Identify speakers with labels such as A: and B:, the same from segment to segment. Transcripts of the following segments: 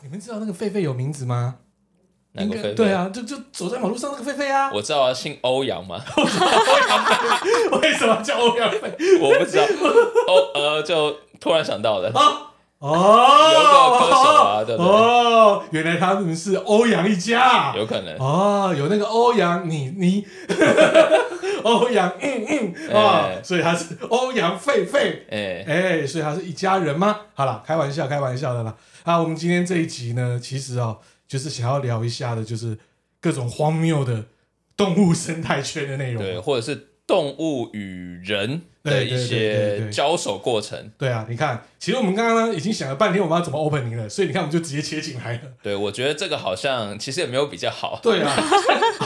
A: 狒狒有名字吗？
B: 哪个
A: 应该
B: 狒狒
A: 对啊，就就走在马路上那个狒狒啊，
B: 我知道啊，姓欧阳嘛，
A: 为什么叫欧阳狒？
B: 我不知道，欧呃，就突然想到的，
A: 哦，
B: 有个歌手啊对不对
A: 哦，原来他们是欧阳一家。
B: 有可能，
A: 哦，有那个欧阳，你你， 欧阳，嗯嗯，啊、
B: 哎
A: 所以他是欧阳狒狒，
B: 哎、
A: 哎，所以他是一家人吗？好啦，开玩笑，开玩笑的啦。啊，我们今天这一集呢，其实哦，就是想要聊一下的，就是各种荒谬的动物生态圈的内容。
B: 对，或者是动物与人的
A: 对对
B: 一
A: 对对
B: 些
A: 对
B: 交手过程。
A: 对啊，你看，其实我们刚刚呢已经想了半天我们要怎么 opening 了，所以你看我们就直接切进来了。
B: 对，我觉得这个好像其实也没有比较好。
A: 对 啊，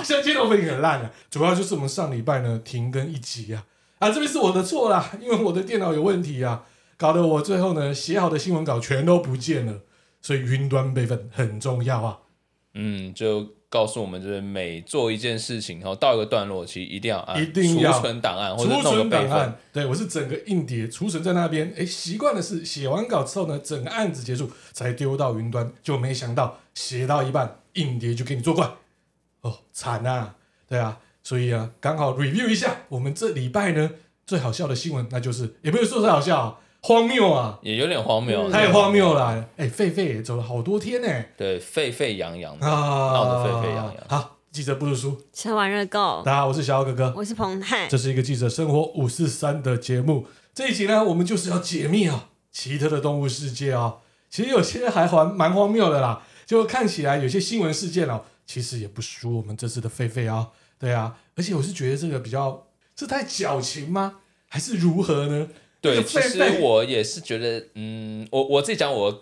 A: 现在接的 opening 很烂啊，主要就是我们上礼拜呢停更一集啊，啊这边是我的错啦，因为我的电脑有问题啊，搞得我最后呢写好的新闻稿全都不见了，所以云端备份很重要啊。
B: 嗯，就告诉我们，就是每做一件事情，然后到一个段落，其实一定要按
A: 一定要
B: 储存档案或者
A: 储
B: 弄个
A: 存
B: 备
A: 档
B: 份。
A: 案，对我是整个硬碟储存在那边。哎，习惯的是写完稿之后呢，整个案子结束才丢到云端，就没想到写到一半，硬碟就给你做怪，哦，惨啊！对啊，所以啊，刚好 review 一下我们这礼拜呢最好笑的新闻，那就是也不是说最好笑、啊，荒谬啊，
B: 也有点荒谬，
C: 嗯
A: 太荒谬了啊！哎，狒狒也走了好多天呢、
B: 对，沸沸扬扬的。
A: 啊，
B: 闹得沸沸扬扬
A: 好，记者不读书，
C: 吃完热狗
A: 大，家好，我是小奥哥哥，
C: 我是彭泰
A: 这。是一个记者生活五四三的节目。这一集呢，我们就是要解密啊奇特的动物世界啊。其实有些还还蛮荒谬的啦，就看起来有些新闻事件哦，其实也不输我们这次的狒狒啊。对啊，而且我是觉得这个比较，这太矫情吗？还是如何呢？这
B: 对，
A: 个
B: 其
A: 狒
B: 实
A: 狒
B: 我也是觉得，嗯，我我自己讲我的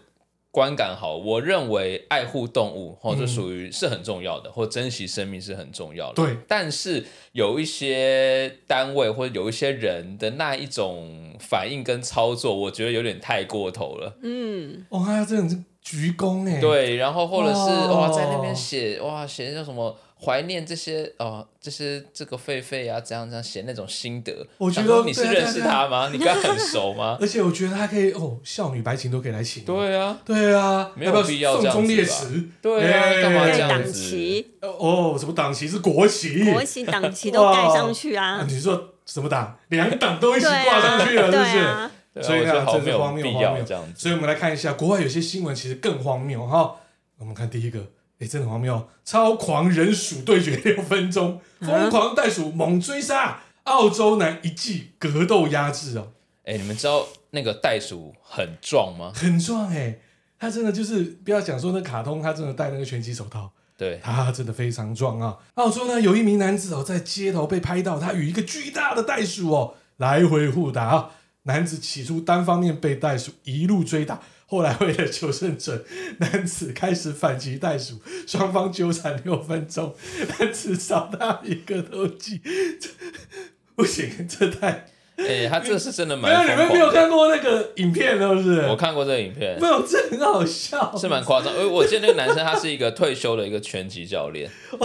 B: 观感好，我认为爱护动物或者
A: 嗯
B: 属于是很重要的，或珍惜生命是很重要的。
A: 对，
B: 但是有一些单位或者有一些人的那一种反应跟操作，我觉得有点太过头了。
C: 嗯，
A: 哇、哦，这种鞠躬哎、，
B: 对，然后或者是、
A: 哦
B: 哇，在那边写哇写叫什么怀念这些哦、这些这个狒狒啊，怎样怎样写那种心得。
A: 我觉得
B: 想说你是
A: 对啊
B: 认识
A: 对啊
B: 他吗？你跟他很 熟吗？
A: 而且我觉得他可以哦，少女白情都可以来请。
B: 对啊，
A: 对啊，
B: 没有
A: 要不
B: 必
A: 要
B: 要这
A: 送
B: 样
A: 忠
B: 子
A: 烈
B: 吧
A: 祠？
B: 对啊
A: 哎
B: 干嘛这
C: 对，
B: 样
C: 党
B: 子
C: 旗、
A: 哦，什么党旗是国旗？
C: 国旗、党旗都盖上去
A: 啊
C: 啊。
A: 你说什么党？两党都一起
C: 对
A: 挂上
C: 啊，
A: 去了，是不
C: 对
A: 是？
C: 啊，
B: 对啊
A: 所以
B: 我觉
A: 呢
B: 得好
A: 真是
B: 没有
A: 荒谬
B: 必
A: 荒
B: 要
A: 谬
B: 这样子。
A: 所以我们来看一下，国外有些新闻其实更荒谬哈。我们看第一个，哎，真的荒谬！超狂人鼠对决六分钟，
C: 啊
A: 疯狂袋鼠猛追杀，澳洲男一记格斗压制哦，
B: 哎、你们知道那个袋鼠很壮吗？
A: 很壮哎、他真的就是不要讲说那卡通，他真的戴那个拳击手套，
B: 对，
A: 他真的非常壮啊！澳洲呢，有一名男子哦，在街头被拍到，他与一个巨大的袋鼠哦来回互打啊。男子起初单方面被袋鼠一路追打，后来为了求生存，男子开始反击袋鼠，双方纠缠六分钟，男子少他一个头击，这不行，这太……
B: 哎、他这是真的
A: 没有，
B: 蛮
A: 你
B: 疯
A: 们没有
B: 狂的。
A: 看过那个影片是不
B: 我
A: 是？
B: 看过这个影片
A: 没，有，这很好笑，
B: 是蛮夸张。哎，我记得那个男生他是一个退休的一个拳击教练，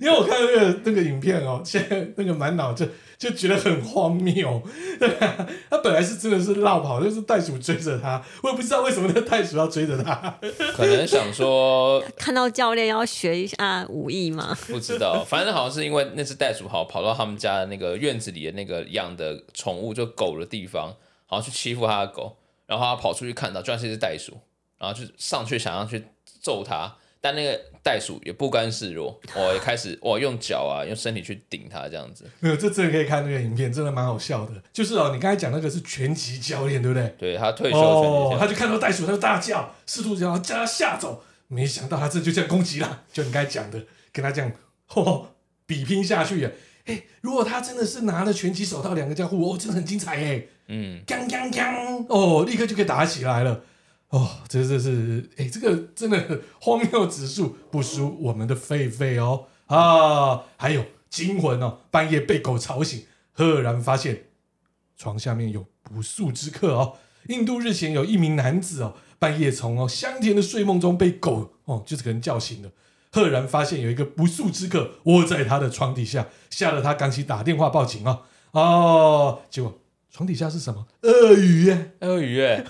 A: 因为我看那个那个影片哦，现在那个满脑就就觉得很荒谬， 对啊，他本来是真的是绕跑，就是袋鼠追着他，我也不知道为什么那袋鼠要追着他，
B: 可能想说
C: 看到教练要学一下武艺嘛。
B: 不知道，反正好像是因为那只袋鼠好跑到他们家的那个院子里的那个养的宠物就狗的地方，然后去欺负他的狗，然后他跑出去看到居然是一只袋鼠，然后就上去想要去揍它，但那个袋鼠也不甘示弱，我也开始哇用脚啊用身体去顶它这样子，
A: 没有，这真的可以看那个影片，真的蛮好笑的。就是哦，你刚才讲那个是拳击教练，对不对？
B: 对他退休的拳击
A: 哦
B: 教，
A: 他
B: 练，
A: 就看到袋鼠，他就大叫，试图想要将他吓走，没想到他这就这样攻击了，就你刚才讲的，跟他这样 哦比拼下去啊。哎，如果他真的是拿了拳击手套，两个这样互殴，真的很精彩哎。
B: 嗯，
A: 锵锵锵！哦，立刻就可以打起来了。哦，这这是哎，这个真的荒谬指数不输我们的狒狒哦啊！还有惊魂哦，半夜被狗吵醒，赫然发现床下面有不速之客哦。印度日前有一名男子哦，半夜从哦香甜的睡梦中被狗哦，就是可能叫醒了，赫然发现有一个不速之客窝在他的床底下，吓得他赶紧打电话报警哦。哦，结果床底下是什么？鳄鱼耶！
B: 鳄鱼哎，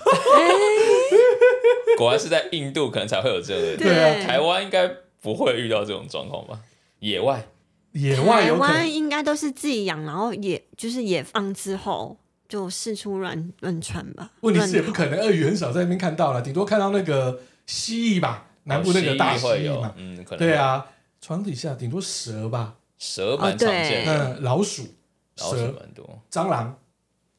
B: 果然是在印度可能才会有这个，
A: 对啊
B: 台湾应该不会遇到这种状况吧？野外
A: 野外
C: 台
A: 有可
C: 湾
A: 能
C: 应该都是自己养，然后也就是野放之后就四处乱乱传吧。
A: 问题
C: 乱
A: 是也不可能，鳄鱼很少在那边看到了，顶多看到那个蜥蜴吧，南部那个大
B: 蜥
A: 蜥
B: 哦蜴会
A: 蜴
B: 有
A: 嘛，，
B: 嗯，可能
A: 对，啊，床底下顶多蛇吧，
B: 蛇蛮常见的，
A: 嗯，老鼠、
B: 老鼠
A: 蛇、
B: 蛮多，
A: 蟑螂，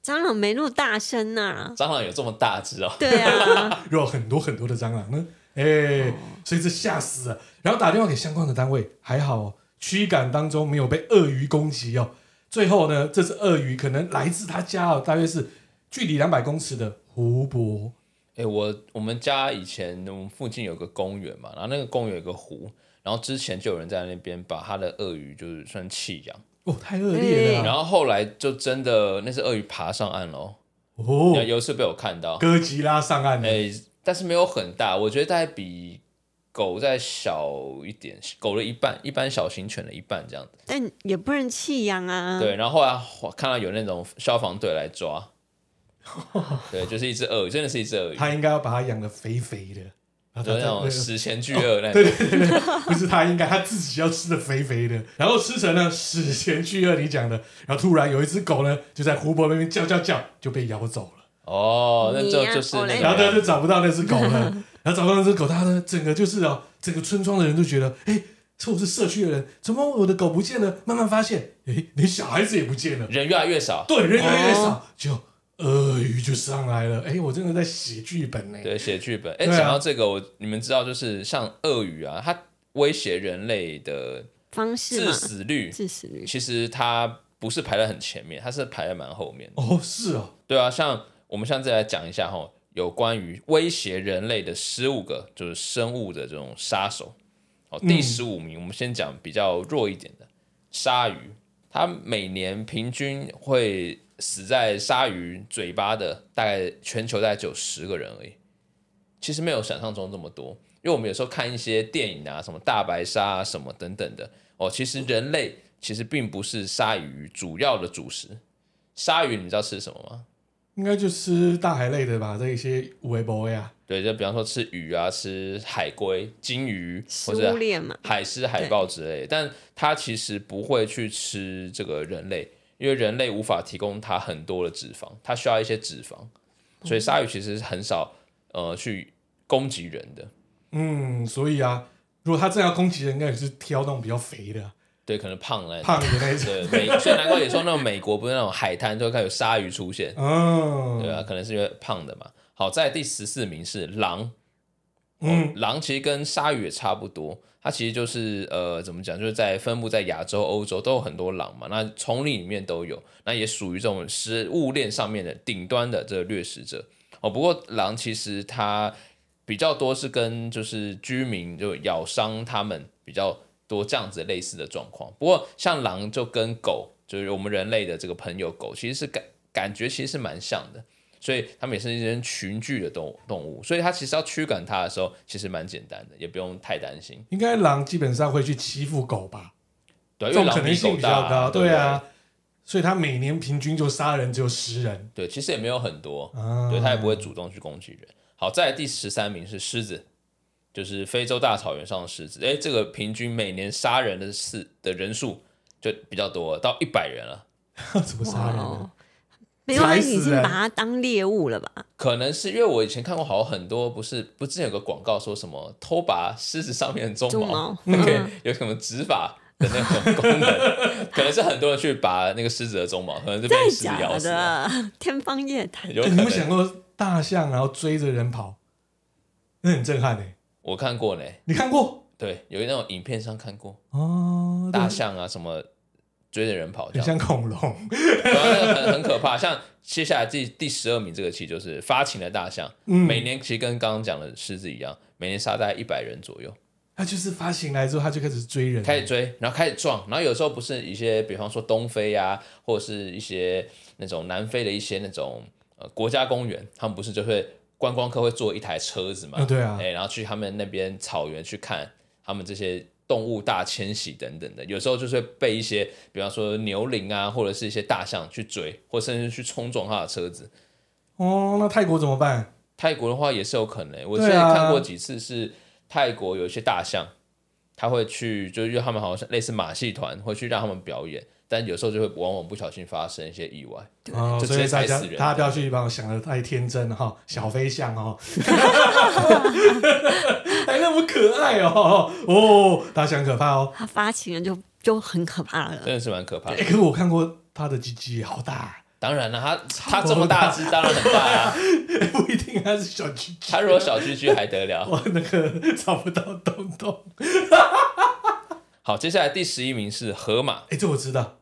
C: 蟑螂没那么大声呐、
B: 蟑螂有这么大只哦，
C: 对 啊，
A: 如果很多很多的蟑螂呢，哎、
B: 哦
A: 所以这吓死了。然后打电话给相关的单位，还好、哦、驱赶当中没有被鳄鱼攻击哦。最后呢，这只鳄鱼可能来自他家哦，大约是距离两百公尺的湖泊。
B: 哎、我我们家以前我们附近有个公园嘛，然后那个公园有个湖，然后之前就有人在那边把他的鳄鱼就是算弃养，
A: 哦，太恶劣了
B: 然
A: 啦！
B: 后后来就真的那只鳄鱼爬上岸喽，
A: 哦，
B: 有一次被我看到，
A: 哥吉拉上岸了，
B: 哎、但是没有很大，我觉得大概比狗再小一点，狗的一半，一般小型犬的一半这样子。
C: 但也不能弃养啊。
B: 对，然后后来我看到有那种消防队来 抓，对，就是一只鳄鱼，真的是一只鳄鱼，
A: 他应该要把它养的肥肥的，然后
B: 就
A: 他
B: 那 种
A: 在
B: 十全巨鳄那种。
A: 不是他应该他自己要吃的肥肥的，然后吃成了史前巨鳄你讲的，然后突然有一只狗呢就在湖泊那边叫叫叫就被咬走了。
B: 哦，那
C: 你
B: 就
C: 呀
B: 就是
C: 我
B: 那
C: 来
B: 个
A: 然后大家就
B: 样子
A: 找不到那只狗了，然后找不到那只狗，他呢整个就是哦，整个村庄的人都觉得，哎，这我是社区的人，怎么我的狗不见了？慢慢发现，哎，连小孩子也不见了，
B: 人越来越少，
A: 对，人越来越
B: 哦
A: 少，就鳄鱼就上来了，哎，我真的在写剧本呢。
B: 对，写剧本。哎、
A: 对啊
B: 讲、到这个，我你们知道，就是像鳄鱼啊，它威胁人类的
C: 方式
B: 致
C: 嘛，
B: 死率，
C: 致死率。
B: 其实它不是排在很前面，它是排在蛮后面的。
A: 哦，是哦，
B: 对啊，像我们现在来讲一下哈，有关于威胁人类的十五个就是生物的这种杀手。哦，第
A: 嗯
B: 十五名，我们先讲比较弱一点的鲨鱼，它每年平均会死在鲨鱼嘴巴的，大概全球大概只有十个人而已，其实没有想象中这么多。因为我们有时候看一些电影啊，什么大白鲨啊，什么等等的，哦，其实人类其实并不是鲨鱼主要的主食。鲨鱼你知道吃什么吗？
A: 应该就吃大海类的吧，这一些微博呀，
B: 对，就比方说吃鱼啊，吃海龟、金鱼
C: 食
B: 或
C: 物
B: 者
C: 链嘛，
B: 海狮、海豹之类的，但它其实不会去吃这个人类，因为人类无法提供它很多的脂肪，它需要一些脂肪，所
C: 哦
B: 以鲨鱼其实是很少呃去攻击人的。
A: 嗯，所以啊，如果他真要攻击人，应该也是挑那种比较肥的、
B: 对，可能胖了。
A: 胖的那一 种，
B: 对，美，所以难怪也说那种美国不是那种海滩就会开始有鲨鱼出现，
A: 嗯，
B: 对啊，可能是因为胖的嘛。好，在第十四名是狼，哦
A: 嗯，
B: 狼其实跟鲨鱼也差不多，它其实就是呃，怎么讲，就是在分布在亚洲、欧洲都有很多狼嘛，那丛林里面都有，那也属于这种食物链上面的顶端的这个掠食者哦。不过狼其实它比较多是跟就是居民就咬伤他们比较多这样子类似的状况。不过像狼就跟狗，就是我们人类的这个朋友狗，其实是感感觉其实是蛮像的。所以它们也是一些群居的动动物，所以它其实要驱赶它的时候，其实蛮简单的，也不用太担心。
A: 应该狼基本上会去欺负狗吧，
B: 对啊，
A: 这种
B: 因为狼
A: 可能
B: 比狗
A: 性比
B: 大
A: 较高，
B: 对不
A: 对啊，所以它每年平均就杀人只有十人
B: 对，对，其实也没有很多，
A: 啊，
B: 对，它也不会主动去攻击人。好，再来第十三名是狮子，就是非洲大草原上的狮子。哎，这个平均每年杀人的次的人数就比较多了，到一百人了。
A: 怎么
C: 哇
A: 杀人呢
C: 哦？，没有，他
A: 踩死
C: 已经
A: 人
C: 把它当猎物了吧？
B: 可能是因为我以前看过，好像很多不是不是之前有个广告说什么偷拔狮子上面的鬃
C: 鬃
B: 毛
C: 毛，
B: 对
C: 嗯，
B: 有什么执法的那种功能，可能是很多人去拔那个狮子的鬃毛，可能就被
C: 太
B: 狮子
C: 假
B: 咬死啊了，
C: 的，天方夜谭。
A: 哎
B: 有可
A: 你有没
B: 能
A: 有。想过大象然后追着人跑，那很震撼诶、
B: 我看过呢，
A: 你看过
B: 对，有那种影片上看过
C: 嗯
A: 哦？
B: 大象啊什么追着人跑这
A: 很像
B: 样，
A: 恐龙，
B: 对啊，那个很很可怕。像接下来第第十二名这个其实就是发情的大象，
A: 嗯
B: 每年其实跟刚刚讲的狮子一样，每年杀大概一百人左右。
A: 它就是发行来之后，它就开始追人，
B: 开始追，然后开始撞，然后有时候不是一些，比方说东非啊，或者是一些那种南非的一些那种呃国家公园，他们不是就会观光客会坐一台车子嘛，
A: 啊对啊
B: 哎、然后去他们那边草原去看他们这些动物大迁徙等等的，有时候就是会被一些，比方说牛羚啊，或者是一些大象去追，或甚至去冲撞他的车子，
A: 哦，那泰国怎么办？
B: 泰国的话也是有可能。欸我之
A: 对啊
B: 前看过几次是泰国有一些大象，他会去，就是因为他们好像类似马戏团，会去让他们表演，但有时候就会往往不小心发生一些意外。
A: 哦，
B: 就直
A: 所
B: 接
A: 以大
B: 踩
A: 家
B: 死人嗯
A: 大家不要去把我想的太天真了哈，小飞象哦， 还那么可爱哦，哦，大象可怕哦。
C: 它发情了就就很可怕了。
B: 真的是蛮可怕
A: 哎、
B: 的。
A: 可是我看过它的鸡鸡好大，
B: 当然了，他他这么大只，当然很大啊。
A: 不一定它是小鸡鸡，
B: 他如果小区区还得了？
A: 我那个找不到洞洞。
B: 好，接下来第十一名是河马。
A: 哎、这我知道，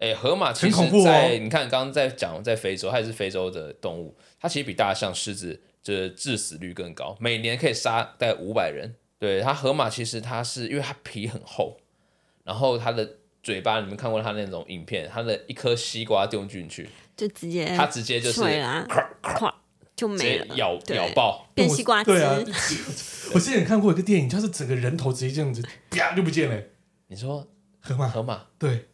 B: 哎，河马其
A: 很恐怖
B: 实
A: 哦
B: 在、你看刚刚在讲在非洲，它也是非洲的动物，它其实比大象、狮子就是致死率更高，每年可以杀大概五百人。对它河马其实它是因为它皮很厚，然后它的嘴巴，你们看过它那种影片，它的一颗西瓜丢进去，
C: 就直接
B: 它直接就是
C: 碎啦，咵就
B: 直
C: 嗯没
B: 接
C: 了，
B: 咬
C: 对
B: 咬爆。
C: 变西瓜汁。
A: 对啊，我之前看过一个电影，它是整个人头直接这样子，啪就不见了、
B: 你说
A: 河马，
B: 河马？
A: 对，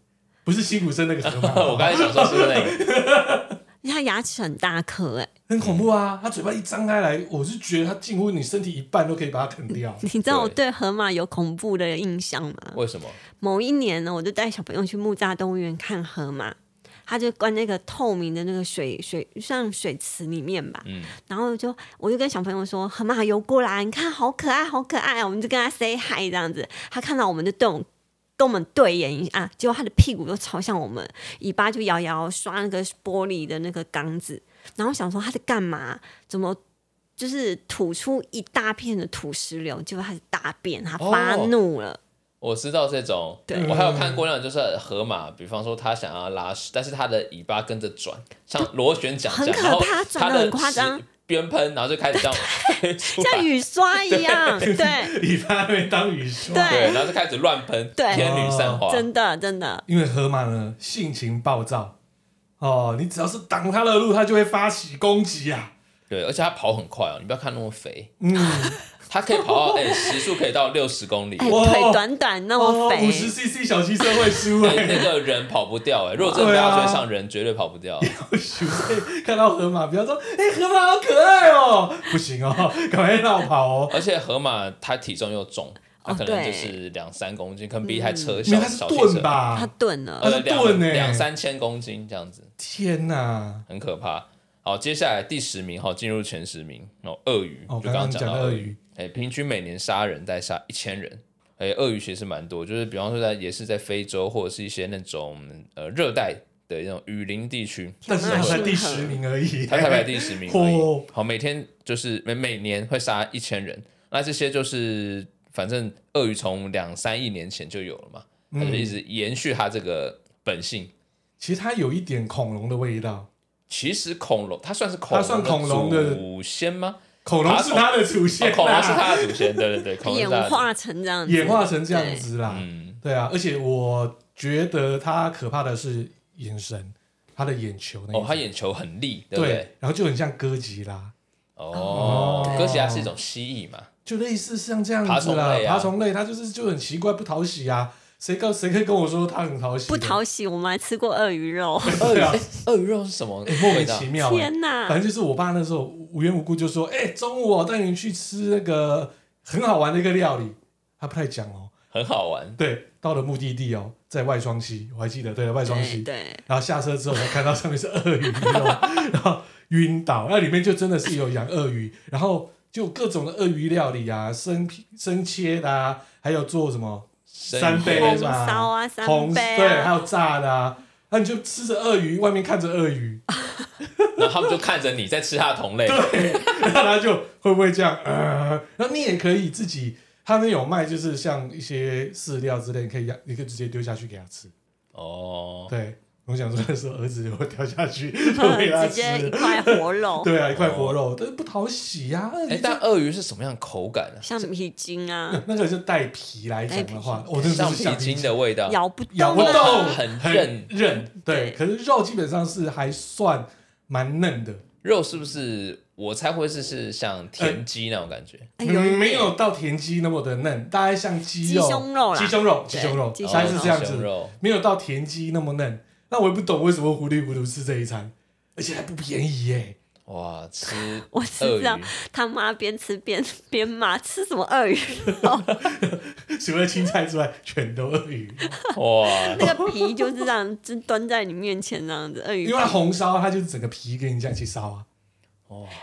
A: 不是辛普森那个河马，
B: 我刚才想说是不是那个？
C: 它牙齿很大颗哎、
A: 很恐怖啊！它嘴巴一张开来，我是觉得它近乎你身体一半都可以把它啃掉。
C: 你知道我对河马有恐怖的印象吗？
B: 为什么？
C: 某一年呢，我就带小朋友去木栅动物园看河马，他就关那个透明的那个水水像水池里面吧，
B: 嗯，
C: 然后就我就跟小朋友说河马游过来，你看好可爱，好可爱，我们就跟他 say hi 这样子，他看到我们就对我们。跟我们对眼一下，结果他的屁股就朝向我们，尾巴就摇摇刷那个玻璃的那个缸子，然后想说他在干嘛？怎么就是吐出一大片的土石流？结果他是大便，他发
B: 哦
C: 怒了。
B: 我知道这种，
C: 对
B: 我还有看过那种，就是河马，比方说它想要拉屎，但是它的尾巴跟着转，像螺旋桨这
C: 很
B: 样，
C: 可
B: 然后
C: 怕转
B: 它
C: 得
B: 的
C: 很夸张
B: 屎边喷，然后就开始这样飞出来，
C: 像雨刷一 样，对，
A: 你把它那边当雨刷。
C: 对
B: 对，然后就开始乱喷，
C: 对哦
B: 天女散花，
C: 真的真的，
A: 因为河马呢性情暴躁，哦，你只要是挡它的路，它就会发起攻击啊。
B: 对，而且它跑很快哦，你不要看那么肥，
A: 嗯，
B: 它可以跑到哎、时速可以到六十公里。
C: 哎，
A: 哇
C: 腿短短那么肥，
A: 哦五十 CC 小汽车会输
B: 哎
A: 哎、
B: 那个人跑不掉哎、如果真的
C: 啊
B: 被他追上人，绝对跑不掉。
A: 不行，哎看到河马不要说，哎、河马好可爱哦，不行哦，赶快绕跑哦，
B: 而且河马它体重又重，它
C: 哦
B: 可能就
C: 对嗯
B: 是两三公斤，可能比一台车
A: 因为
B: 小
A: 它是
B: 小汽
A: 盾
B: 车。
C: 他
A: 吧？
C: 钝了，
A: 它
B: 呃，
A: 是盾
B: 两
A: 欸
B: 两三千公斤这样子，
A: 天哪！
B: 很可怕。好，接下来第十名，好，进入前十名。哦，鳄鱼，
A: 哦，
B: 就
A: 刚刚
B: 讲
A: 讲
B: 到
A: 的鳄
B: 鱼，
A: 鱼，
B: 哎，平均每年杀人在杀一千人。哎，鳄鱼其实蛮多，就是比方说在也是在非洲或者是一些那种呃热带的那种雨林地区，
A: 但是它才
C: 是
A: 第十名而已，
B: 它才排第十名而
A: 哦
B: 已。好，每天就是每每年会杀一千人，那这些就是反正鳄鱼从两三亿年前就有了嘛，它
A: 嗯
B: 就一直延续它这个本性。
A: 其实它有一点恐龙的味道，
B: 其实恐龙，它算是恐
A: 它算恐龙
B: 龙
A: 的
B: 祖先 吗？
A: 恐龙是它的祖
B: 哦
A: 先、啊
B: 恐龙是它的祖先，对对 对，恐龙是
C: 呃演
B: 它的祖先。
C: 化成这样子，
A: 演化成这样子啦。
B: 嗯，
A: 对啊，而且我觉得他可怕的是眼神，他的眼球那一
B: 哦，它
A: 种
B: 眼球很利，
A: 对
B: 对不对？
A: 然后就很像哥吉拉，
B: 哦
A: 哦，
B: 哥吉拉是一种蜥蜴嘛，
A: 就类似像这样
B: 爬
A: 子
B: 虫
A: 啦
B: 类。啊
A: 爬虫类，它就是就很奇怪，不讨喜啊。谁告谁可以跟我说它很讨喜的？
C: 不讨喜。我们还吃过鳄 鱼肉，
A: 对啊，
B: 鳄鱼肉是什么
A: 哎莫
B: 味
A: 名
B: 道
A: 其？妙、欸。
C: 天哪
A: 反！正就是我爸那时候无缘无故就说：“哎、中午我带你去吃那个很好玩的一个料理。”他不太讲哦。
B: 很好玩，
A: 对，到了目的地哦，在外双溪，我还记得，对，外双
C: 对
A: 溪。
C: 对，
A: 然后下车之后才看到上面是鳄鱼肉， 然后晕倒。那里面就真的是有养鳄鱼，然后就各种的鳄鱼料理啊，生生切的啊，还有做什么三
B: 生鱼
A: 杯
B: 片
C: 红
A: 嘛，
C: 烧啊三
A: 红
C: 杯啊
A: 对，还有炸的啊。那你就吃着鳄鱼，外面看着鳄鱼，
B: 然后他们就看着你在吃它的同类，
A: 然后他就会不会这样？呃，然后你也可以自己，他们有卖，就是像一些饲料之类，你可以养，你可以直接丢下去给它吃。
B: 哦，
A: 对，我想说的时候，儿子如果掉下 去，就给它
C: 直
A: 吃
C: 接一
A: 了。
C: 块活肉，
A: 啊 对啊，一块活肉，但是不讨喜呀、鳄鱼
B: 哦哎，
A: 就
B: 但鳄鱼是什么样的口感啊？
C: 橡皮筋啊，
A: 那个就带皮来讲的话，我真的
B: 像
A: 是
B: 皮
A: 橡皮
B: 筋
A: 筋，
B: 的味道，
C: 咬不
A: 咬不
C: 啊
A: 动，
B: 很
A: 很
B: 韧
A: 韧。对，
C: 对
A: 可是肉基本上是还算蛮嫩的，
B: 肉是不是？我猜会是是像田鸡那种感觉，
C: 哎有一点
A: 嗯没有到田鸡那么的嫩，大概像鸡肉、
C: 鸡胸肉啦
A: 鸡胸肉、
C: 对
A: 鸡胸肉，
C: 鸡
A: 大
C: 胸
A: 概
C: 肉
A: 是这样
B: 胸
A: 子，
B: 哦肉，
A: 没有到田鸡那么嫩。那我也不懂为什么糊里糊涂吃这一餐，而且还不便宜耶、
B: 哇，吃
C: 我是
B: 鳄
C: 这样
B: 鱼，
C: 他妈边吃边 边骂，吃什么 鳄鱼？
A: 除了青菜之外，全都鳄鱼，
B: 哇，
C: 那个皮就是这样，就端在你面前这样子，鳄鱼
A: 因为它红烧，它就是整个皮跟你这样一起烧啊，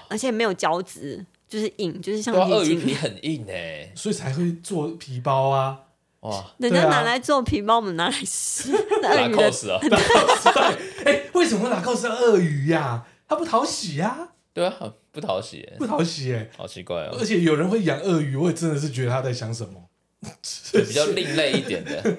C: 而且没有胶质，就是硬，就是像
B: 对啊，鳄
C: 鱼
B: 鱼
C: 筋
B: 皮很硬哎，
A: 所以才会做皮包啊。
B: 哇，
C: 人
A: 对
C: 家
A: 啊
C: 拿来做皮包，我们拿来吃。那
B: 打
C: 鳄鱼的
B: cos 啊，
A: 哎、为什么哪扣是鳄鱼呀、它不讨喜呀、
B: 对啊，很不讨喜耶
A: 啊，，不讨喜哎、
B: 好奇怪哦
A: 而，且有人会养鳄鱼，我也真的是觉得他在想什么，
B: 对比较另类一点的。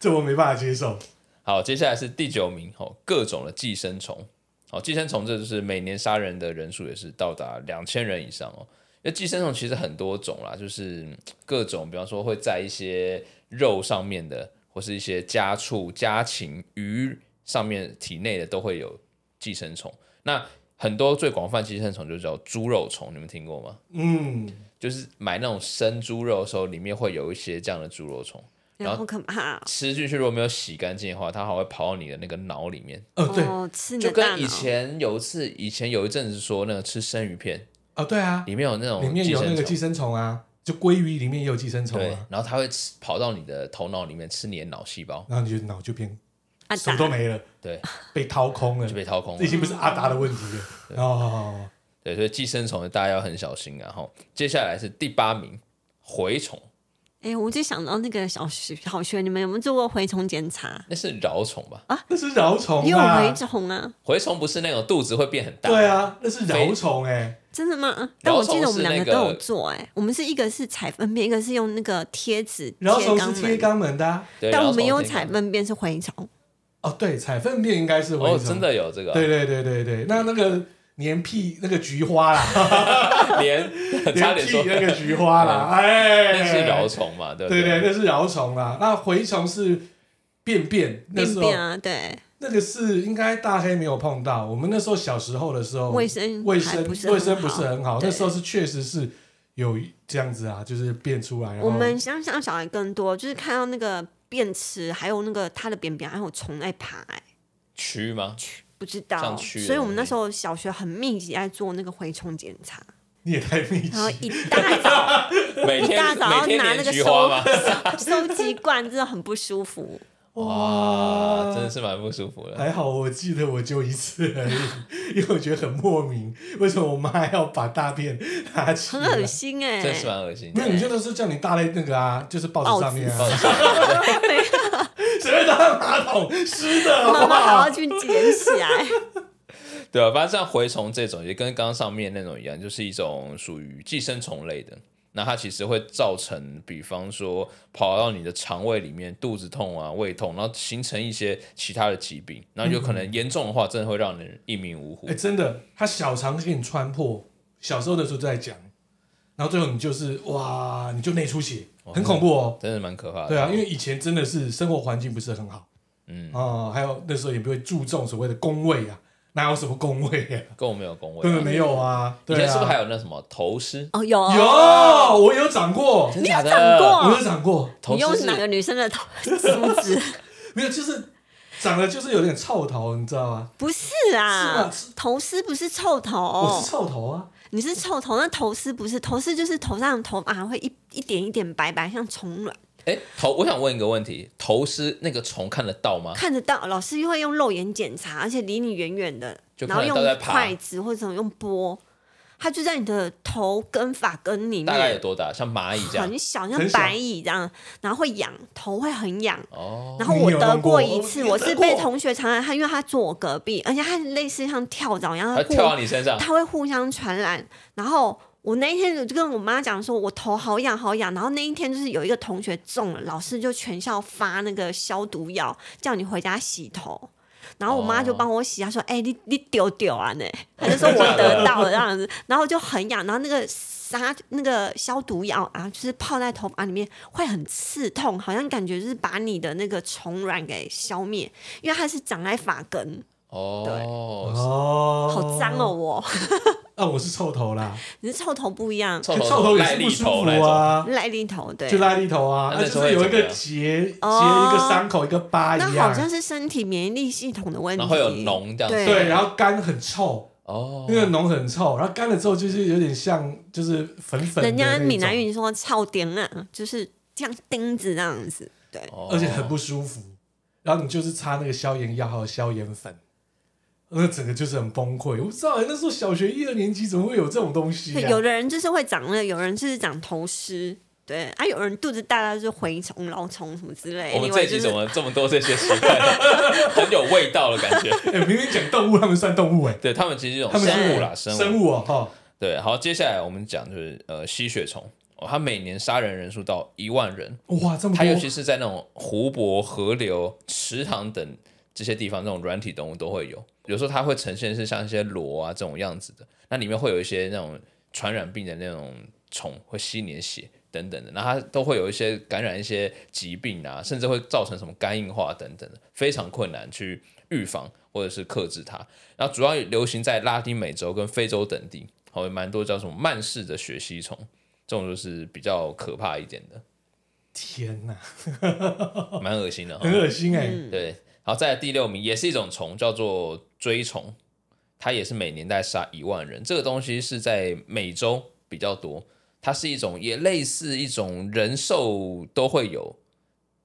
A: 这我没办法接受。
B: 好，接下来是第九名哦，各种的寄生虫。哦，寄生虫这就是每年杀人的人数也是到达两千人以上哦。因为寄生虫其实很多种啦，就是嗯各种，比方说会在一些肉上面的，或是一些家畜、家禽、鱼上面体内的都会有寄生虫。那很多最广泛寄生虫就叫猪肉虫，你们听过吗？
A: 嗯，
B: 就是买那种生猪肉的时候，里面会有一些这样的猪肉虫。然后
C: 哎好可怕啊
B: 吃进去如果没有洗干净的话，它还会跑到你的那个脑里面，
A: 哦对，
C: 哦！吃你
B: 就
C: 的大
B: 跟
C: 脑
B: 以，前有一次，以前有一阵子说那个吃生鱼片
A: 哦对啊，
B: 里面有那种
A: 里面有那个寄
B: 寄
A: 生
B: 生
A: 虫啊，就鲑鱼里面也有寄生虫
B: 虫，对
A: 啊，，
B: 然后它会吃跑到你的头脑里面吃你的脑细胞，
A: 然后你就脑就变
C: 啊
A: 什么都没了，
B: 对，
A: 被掏空了
B: 就，被掏空
A: 这已
B: 了。
A: 经不是阿达的问题了。哦，
B: 对，所以寄生虫大家要很小心啊。吼，接下来是第八名蛔虫，
C: 哎、我就想到那个小学小学，你们有没有做过蛔虫检查？
B: 那是饶虫吧？
C: 啊
A: 那是饶虫
C: 也有
A: 啊
C: 蛔，虫啊，
B: 蛔虫不是那种肚子会变很大？
A: 对，啊，那是饶虫哎，
C: 真的吗？但我记得我们两
B: 是那个
C: 个都有做、哎，我们是一个是采粪便，一个是用那个贴纸贴
A: 饶虫
C: 肛
A: 是贴
C: 门，
A: 肛门的啊。
B: 对，
C: 但
B: 饶
C: 我
B: 虫
C: 们也有
B: 这个
C: 采粪便是蛔虫，
A: 哦，对，采粪便应该是蛔
B: 哦，
A: 虫，
B: 真，的有这个啊，
A: 对对对对对，那那个粘屁那个菊花啦，
B: 啊连 差
A: 粘
B: 点
A: 屁
B: 说嗯
A: 那个菊花啦，哎，
B: 那是饶虫嘛，对不
A: 对对，那是蛲虫啦。那蛔虫是便便，那
C: 便
A: 时候
C: 便啊，对，
A: 那个是应该大黑没有碰到。我们那时候小时候的时候，
C: 卫生
A: 卫
C: 还
A: 生
C: 不是
A: 卫生
C: 很
A: 不是很好，
C: 对
A: 那时候是确实是有这样子啊，就是变出来。然后
C: 我们乡下小孩更多，就是看到那个便池，还有那个它的便便，还有虫在爬、哎
B: 蛆吗？
C: 不知
B: 像
C: 道，
B: 蛆
C: 所以我们
B: 的
C: 那
B: 那
C: 时候小学很密集在做那个蛔虫检 查，
A: 你也太密
C: 然后
A: 集，
C: 一大早
B: 每
C: 一
B: 天
C: 大早
B: 每
C: 要
B: 天
C: 拿
B: 连
C: 那个
B: 菊
C: 收
B: 花吗？
C: 收集罐，真的很不舒服。
B: 哇，真的是蛮不舒服
C: 哎
B: 的。
A: 还好我记得我就一次而已，因为我觉得很莫名，为什么我妈要把大便拿起
C: 很
A: 来
C: 恶？心哎、
B: 真的是蛮恶心
A: 没
B: 的
A: 有，，你就那时候叫你大在那个啊，就是报纸上面
B: 报
A: 啊，
B: 纸上
A: 谁会搭在马桶湿的好
C: 妈
A: 不
C: 妈还
A: 好
C: 要？去捡起来，
B: 对啊，反正像蛔虫这种，也跟刚刚上面那种一样，就是一种属于寄生虫类的。那它其实会造成，比方说跑到你的肠胃里面，肚子痛啊、胃痛，然后形成一些其他的疾病，然后有可能严重的话，真的会让人一命呜呼
A: 哎、。真的，他小肠给你穿破，小时候的时候就在讲，然后最后你就是哇，你就内出血，很恐怖哦。
B: 真的蛮可怕的。
A: 对啊，因为以前真的是生活环境不是很好，
B: 嗯
A: 啊、还有那时候也不会注重所谓的工位啊，哪有什么工位啊，
B: 跟我没有恭维
A: 根
B: 啊。
A: 本没有啊。
B: 以
A: 对
B: 前
A: 啊，
B: 是不是还有那什么头虱？
C: 哦有哦
A: 有我有长过，
B: 真假的
C: 长过
A: 我有长过，
B: 头
C: 你用
B: 虱是
C: 哪个女生的头梳子？
A: 没有就是长得就是有点臭头，你知道吗？
C: 不是
A: 是吗
C: 啊
A: 是，
C: 头丝不是臭
A: 我
C: 头
A: 是，臭头啊，
C: 你是臭头，那头丝不是头丝，就是头上的头发会一一点一点白白，像虫卵，
B: 哎，头，我想问一个问题：头虱那个虫看得到吗？
C: 看得到。老师又会用肉眼检查，而且离你远远的，
B: 就
C: 然后
B: 看得
C: 用
B: 到在爬
C: 筷子或者什么用拨，它就在你的头跟发根里
B: 大概有
C: 面，
B: 多大？像蚂蚁这样？
C: 很小，
A: 很
C: 像
A: 小
C: 白蚁这样，然后会痒，头会很痒。
B: 哦，
C: 然后
A: 你
C: 我
A: 有
C: 得
A: 弄过
C: 过一
A: 我
C: 次，
A: 也
C: 我
A: 得
C: 是被
A: 过
C: 同学传染，他因为他坐我隔壁，而且他类似像跳蚤一样，
B: 它
C: 互
B: 跳到你身上，
C: 它会互相传染。然后我那一天我就跟我妈讲说，我头好痒好痒。然后那一天就是有一个同学中了，老师就全校发那个消毒药，叫你回家洗头。然后我妈就帮我洗，她说：“哎、你你丢丢啊呢？”她就说我得到了这样子，然后就很痒，然后那个杀那个消毒药啊，就是泡在头发里面会很刺痛，好像感觉就是把你的那个虫卵给消灭，因为它是长在发根，
B: 哦，
A: 哦，
C: 好脏哦！，我
A: 啊，我是臭头啦，
C: 你是臭头不一样，
B: 臭
A: 就
B: 头
A: 臭头也
B: 赖
A: 是不
B: 力
A: 舒
B: 头那
A: 服
B: 种。
A: 啊，
C: 赖地头对
A: 就，拉力头啊，
B: 那
A: 它
B: 那时
A: 就
B: 候会
A: 是有一
B: 怎么
A: 个
B: 样
A: 结结一
C: 哦
A: 个伤口一个疤
C: 那
A: 一
C: 好
A: 样，
C: 像是身体免疫力系统的问题，
B: 然后会有�脓这样子
C: 对
A: 对，然后肝很臭，
B: 哦
A: 那，个脓很臭，然后干了之后就是有点像就是粉粉的
C: 人家
A: 那种
C: 闽南语说“操丁”啊，就是像钉子那样子。对，
B: 哦
A: 而且很不舒服。然后你就是擦那个消炎药还有消炎粉，那整个就是很崩溃。我不知道、那时候小学一二年级怎么会有这种东西、啊？
C: 有的人就是会长那个，有人就是长头虱，对啊，有人肚子大大就是蛔虫、老虫什么之类。
B: 我们
C: anyway，
B: 这一
C: 就
B: 集
C: 是
B: 怎么这么多这些奇怪的，很有味道 的感觉。
A: 哎、明明讲动物，他们算动物哎、
B: 对他们其实是一种
A: 他们是
B: 生物啦，生物。
A: 生物哦，哈，
B: 对，好，接下来我们讲就是呃吸血虫，哦，它每年杀人人数到一万人，
A: 哇，这么
B: 它
A: 多
B: 尤其是在那种湖泊、河流、池塘等这些地方，这种软体动物都会有。有时候它会呈现是像一些螺啊这种样子的，那里面会有一些那种传染病的那种虫会吸你的血等等的，那它都会有一些感染一些疾病啊，甚至会造成什么肝硬化等等的，非常困难去预防或者是克制它。然后主要流行在拉丁美洲跟非洲等地，好，有蛮多叫什么曼氏的血吸虫，这种就是比较可怕一点的，
A: 天
B: 哦
A: 哪，
B: 蛮恶心的哈
A: 很。恶心哎、
C: 嗯
B: 对，然后再来第六名也是一种虫，叫做锥虫，它也是每年在杀一万人。这个东西是在美洲比较多，它是一种也类似一种人兽都会有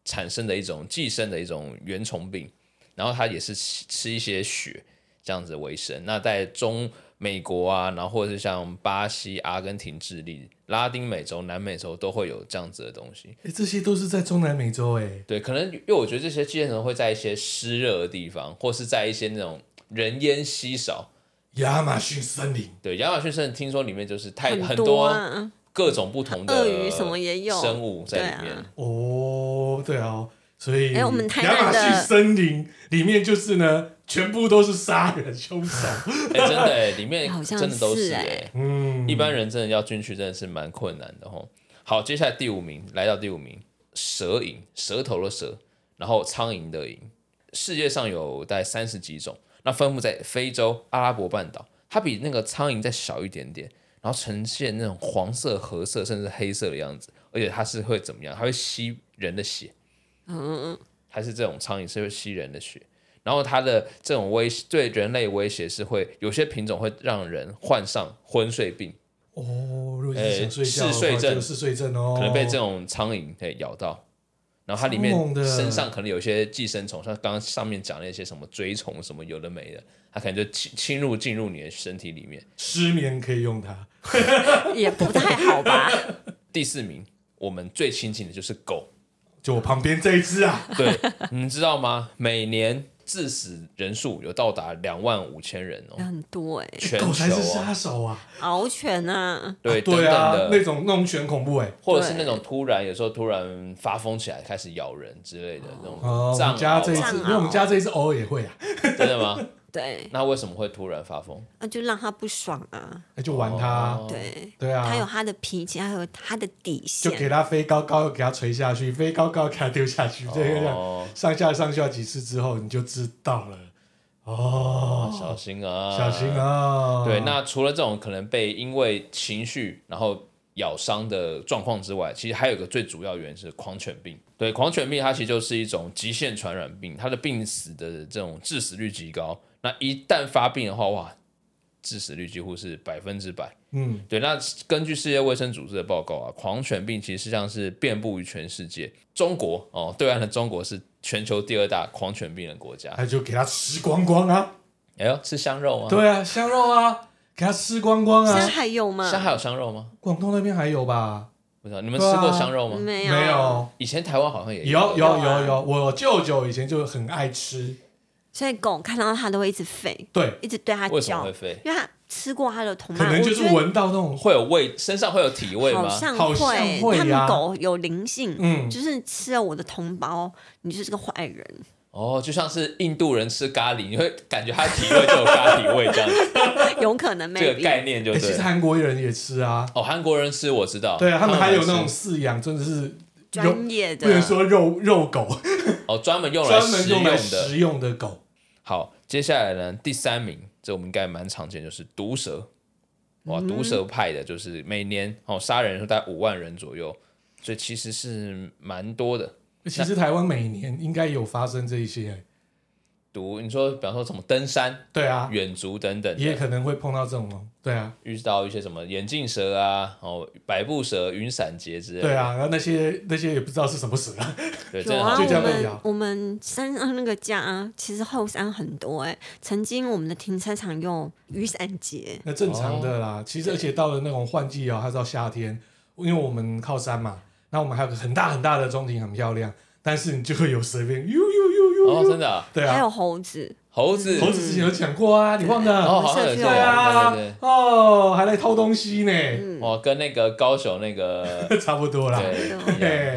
B: 产生的一种寄生的一种原虫病，然后它也是吃吃一些血这样子为生。那在中美国啊，然后或者是像巴西、阿根廷、智利、拉丁美洲、南美洲都会有这样子的东西。
A: 哎这些都是在中南美洲哎、
B: 对，可能因为我觉得这些寄生虫会在一些湿热的地方，或是在一些那种人烟稀少。
A: 亚马逊森林，
B: 对，亚马逊甚至听说里面就是太
C: 很
B: 多
C: 啊，
B: 各种不同的
C: 鳄鱼什么也有
B: 生物在里面。
C: 对啊
A: 哦，对啊，所以
C: 哎我们台
A: 亚马
C: 南的
A: 逊森林里面就是呢，全部都是杀人凶 手，
B: 哎、真的、哎里面
C: 好像
B: 真的都
C: 是
B: 是哎、
C: 哎
A: 嗯，
B: 一般人真的要进去真的是蛮困难的吼。好，接下来第五名，来到第五名，蛇影，蛇头的蛇，然后苍蝇的蝇，世界上有大概三十几种，那分布在非洲、阿拉伯半岛，它比那个苍蝇再小一点点，然后呈现那种黄色、褐色甚至黑色的样子，而且它是会怎么样？它会吸人的血，
C: 嗯，
B: 还是这种苍蝇是会吸人的血。然后它的这种威对人类威胁是会有些品种会让人患上昏睡病。
A: 哦，如果你想睡觉的话，
B: 哎嗜睡症
A: 就嗜睡症哦，
B: 可能被这种苍蝇给咬到，然后它里面
A: 超猛的
B: 身上可能有一些寄生虫，像刚刚上面讲的一些什么锥虫什么有的没的，它可能就侵侵入进入你的身体里面。
A: 失眠可以用它，
C: 也不太好 吧？
B: 第四名，我们最亲近的就是狗，
A: 就我旁边这一只啊，
B: 对，你们知道吗？每年致死人数有到达两万五千人哦，
C: 很多哎，
B: 全
A: 啊狗才
B: 球
A: 是杀
B: 哦，
A: 手啊，
C: 獒犬啊，
B: 对，等
A: 对
B: 等
A: 啊，
B: 的
A: 那。种那种犬恐怖哎、
B: 或者是那种突然，有时候突然发疯起来，开始咬人之类的那
A: 哦，
B: 种
A: 我
B: 藏
A: 们家
B: 獒啊
A: 这一
B: 吧，
A: 只，
C: 藏獒啊
A: 因为我们家这一只偶尔也会啊，
B: 真的吗？
C: 对，
B: 那为什么会突然发疯？
C: 那就让他不爽啊，
A: 那就玩它啊、
B: 哦
C: 对，
A: 对啊，
C: 他有他的脾气，还有他的底
A: 就给
C: 线，
A: 它飞高高，给它垂下去，飞高高，给它丢下去，这样
B: 哦，
A: 上下上下几次之后，你就知道了。哦，
B: 小心啊，
A: 小心！啊！
B: 对，那除了这种可能被因为情绪然后咬伤的状况之外，其实还有一个最主要原因是狂犬病。对，狂犬病它其实就是一种极限传染病，它的病死的这种致死率极高。那一旦发病的话，哇，致死率几乎是百分之百。
A: 嗯，
B: 对，那根据世界卫生组织的报告啊，狂犬病其实像是遍布于全世界。中国哦，对岸的中国是全球第二大狂犬病的国家。
A: 那就给它吃光光啊！
B: 哎呦，吃香肉吗？
A: 对啊，香肉啊，给它吃光光
C: 现在
A: 啊！
C: 还有吗
B: 现？在还有香肉吗？
A: 广东那边还有吧？
B: 不知道，你们吃
A: 啊
B: 过香肉吗？
C: 没
A: 没有，
B: 以前台湾好像也
A: 有
C: 有
A: 有
C: 啊
A: 有有，我舅舅以前就很爱吃，
C: 所以狗看到它都会一直吠，
A: 对，
C: 一直对它
B: 为什么
C: 叫
B: 会，飞？
C: 因为它吃过它的同
A: 可
C: 伴，
A: 能
C: 我
A: 就是
C: 觉得
A: 闻到那种
B: 会有味，身上会有体味
C: 好
B: 吗？
C: 像
A: 好像会
C: 它
A: 呀
C: 们狗有灵性，
A: 嗯
C: 就是吃了我的同胞，你就是个坏人，
B: 哦，就像是印度人吃咖喱，你会感觉他体味就有咖喱味这样子，
C: 有可能
B: 这个
C: maybe
B: 概念就
A: 欸其
B: 对
A: 实。韩国人也吃啊，
B: 哦，韩国人吃我知道，
A: 对啊，他们还有那
B: 也
A: 种
B: 是
A: 饲养，真的是有
C: 专业
A: 不能
C: 的，
A: 说肉肉狗，
B: 哦专门用来
A: 专门
B: 食
A: 用
B: 用
A: 来
B: 的。
A: 食用的狗。
B: 好，接下来呢，第三名，这我们应该蛮常见，就是毒蛇。哇，毒蛇派的就是每年哦杀人数大概五万人左右，所以其实是蛮多的。
A: 其实台湾每年应该有发生这一些，
B: 读，你说比方说什么登山、
A: 对啊，
B: 远足等等的，
A: 也可能会碰到这种哦，对啊，
B: 遇到一些什么眼镜蛇啊，然后百步蛇、云闪节之类的，
A: 对啊，然后那些那些也不知道是什么蛇啊，
B: 对，
C: 有
B: 真的
C: 啊，
B: 好
A: 就
C: 我
A: 这样
B: 玩
A: 而已
C: 们
A: 啊
C: 我们山上那个家啊，其实后山很多哎、曾经我们的停车场有雨伞节，
A: 那正常
B: 哦
A: 的啦。其实而且到了那种换季哦，还是到夏天，因为我们靠山嘛，那我们还有个很大很大的中庭，很漂亮，但是你就会有蛇边，呦呦呦呦
B: 哦，
A: 呦，
B: 真的啊
A: 对
C: 还
A: 啊，嗯
C: 有猴子，
B: 猴子，
A: 猴子之前有讲过啊，你忘了？
B: 哦，好像有这
A: 对啊
B: 样，对对，
A: 哦，还来偷东西呢，
B: 对，哦，跟那个高手那个
A: 差不多啦。
B: 对
C: 对
B: 一样，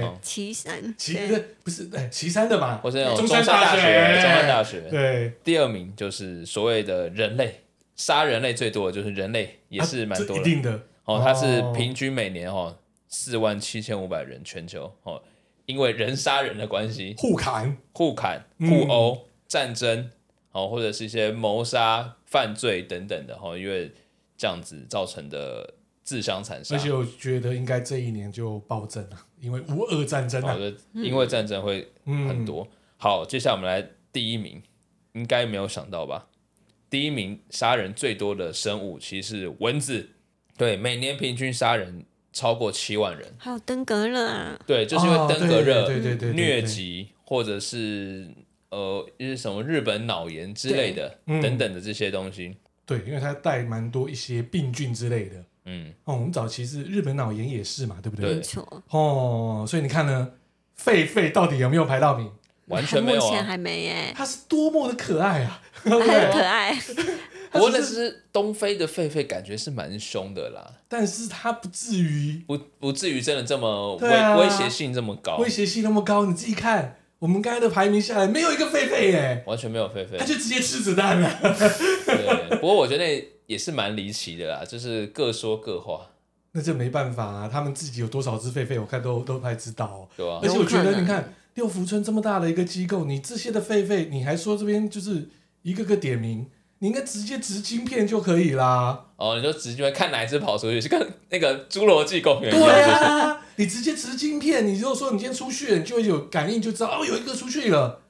B: 嗯
C: 岐山，
A: 岐
C: 对
A: 不是哎，岐山的嘛，
B: 或是那种
A: 中
B: 山
A: 大
B: 大学，中山大
A: 学，
B: 学。
A: 对，
B: 第二名就是所谓的人类，杀人类最多的就是人类，也是蛮多
A: 啊这一
B: 的。
A: 定的
B: 哦，它是平均每年哦四万七千五百人全球哦，因为人杀人的关系，
A: 互砍，
B: 互砍、
A: 嗯
B: 互殴、战争，哦，或者是一些谋杀、犯罪等等的，哦，因为这样子造成的自相残杀
A: 而，且我觉得应该这一年就暴增了，因为无二战争
B: 哦，
A: 啊，
B: 就因为战争会
A: 嗯，
B: 很多。好，接下来我们来第一名，应该没有想到吧？第一名杀人最多的生物其实是蚊子，对，每年平均杀人超过七万人，
C: 还有登革热啊，
B: 对，就是因为登革热、
A: 哦对对对对对对
B: 疟疾或者是呃一些什么日本脑炎之类的、
A: 对嗯
B: 等等的这些东西，
A: 对，因为它带蛮多一些病菌之类的。
B: 嗯，
A: 哦，我们早期是日本脑炎也是嘛，对不对？
C: 没错，
A: 哦，所以你看呢，狒狒到底有没有排到名？
B: 完全没有
C: 目前
B: 啊。
C: 还没哎、
A: 它是多么的可爱 啊！
C: 很可 爱，
B: 不过那只东非的狒狒感觉是蛮凶的啦，
A: 但是它不至于
B: 不不至于真的这么威、
A: 对啊
B: 威胁性这么高
A: 威，胁性那么高，你自己看，我们刚才的排名下来没有一个狒狒耶，
B: 完全没有狒狒
A: 它。就直接吃子弹了。
B: 对，不过我觉得也是蛮离奇的啦，就是各说各话，
A: 那这没办法啊，他们自己有多少只狒狒，我看都都不太知道、哦。
B: 对吧、
A: 而且我觉
C: 有
A: 得，
C: 可能
A: 你看六福村这么大的一个机构，你这些的狒狒，你还说这边就是一个个点名，你应该直接直晶片就可以啦。
B: 哦，你就直接看哪一只跑出去，是跟那个侏罗纪公园一样。
A: 对啊， 你直接直晶片，你如果说你今天出去了，你就会有感应，就知道哦，有一个出去了，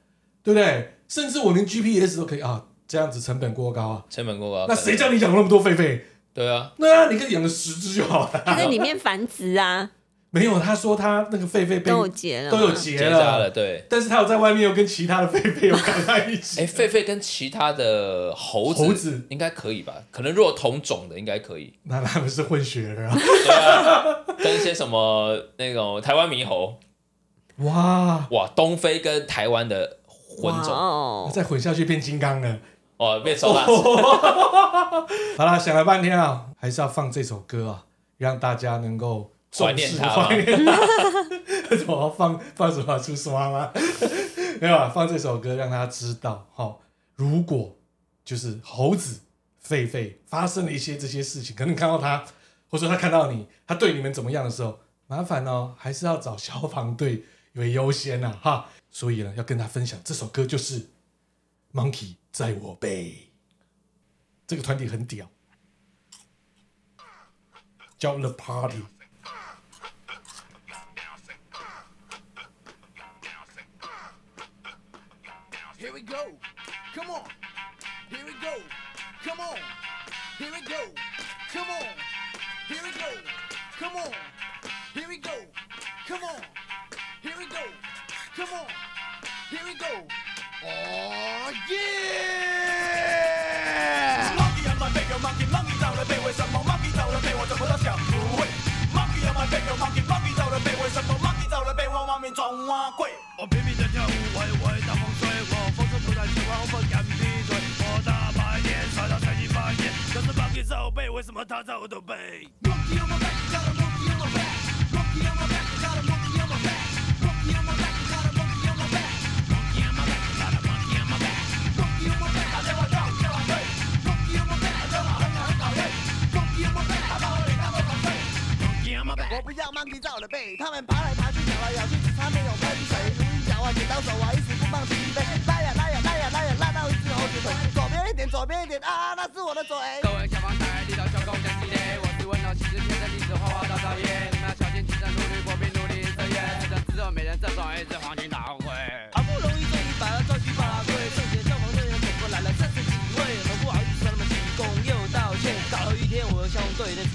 A: 对不对？甚至我连 GPS 都可以啊，这样子成本过高啊。
B: 成本过高。
A: 那谁叫你养那么多狒狒？
B: 对啊，
A: 那你可以养个十只就好了。
C: 它在里面繁殖啊，
A: 没有，他说他那个狒狒被
C: 都有结了嘛，
A: 都有结
B: 结扎了，对。
A: 但是他有在外面又跟其他的狒狒有搞在一起。
B: 哎，狒狒跟其他的猴子
A: 猴子
B: 应该可以吧？可能如果同种的应该可以，
A: 那他们是混血儿啊。
B: 对啊，跟一些什么那种台湾猕猴，
A: 哇，
B: 哇，东非跟台湾的混
C: 哇
B: 种，
C: 哦，
A: 再混下去变金刚了。
B: 哦，变瘦啦，哦
A: 好啦，想了半天啊，还是要放这首歌啊，让大家能够重视
B: 怀念它啊 吗
A: 怀念它为什么要放放什么啊出刷吗？ 没有啊，放这首歌让大家知道，好、如果就是猴子狒狒发生了一些这些事情，可能你看到它，或者说它看到你，它对你们怎么样的时候，麻烦哦，还是要找消防队为优先呐、啊，哈。所以呢，要跟他分享这首歌就是《Monkey 在我背》，这个团体很屌，叫 The Party。
D: Here we go. Come on. Here we go. Come on. Here we go. Come on. Here we go. Come on. Here we go. Come on. Here we go. Come on. Here we go. Oh yeah!
E: Monkey on my back, oh monkey, monkey 到了背，为什么 monkey 到了背我怎么都想不会？Monkey on my back, oh monkey, monkey 到了背，为什么 monkey 到了背我往面撞啊跪？我拼命的跳舞，我也会大风吹，我风中不再喜欢，我不敢闭嘴。我大白眼甩到前一发现，可是 monkey 在我背，为什么他在我的背？Monkey on my back, got a monkey on my back. Monkey on my back, got a monkey on my back. Monkey on my back, got a monkey on my back. Monkey on my back, got a monkey on my back. Monkey on my back, 他在我撞，在我背。Monkey on my back，他在我很很讨厌。Monkey on my back，他把我脸当作狗睡。Monkey on my back。
D: 我不要 monkey 照了背，他们爬来爬去，咬来咬去，只差没有喷水。如意脚啊，剪刀手啊，一直不放弃飞，拉呀拉呀拉呀拉呀，拉到一只猴子腿。左边一点，左边一点，啊，那是我的嘴。
F: 各位小防台，立刀小狗讲系列，我是温柔，其实天生丽质，花花大少爷。你们要小心谨慎，努力国宾，努力测验，只能只有美人这种一只黄金大乌龟。
D: 好不容易终于把它抓去巴拉圭，圣洁消防队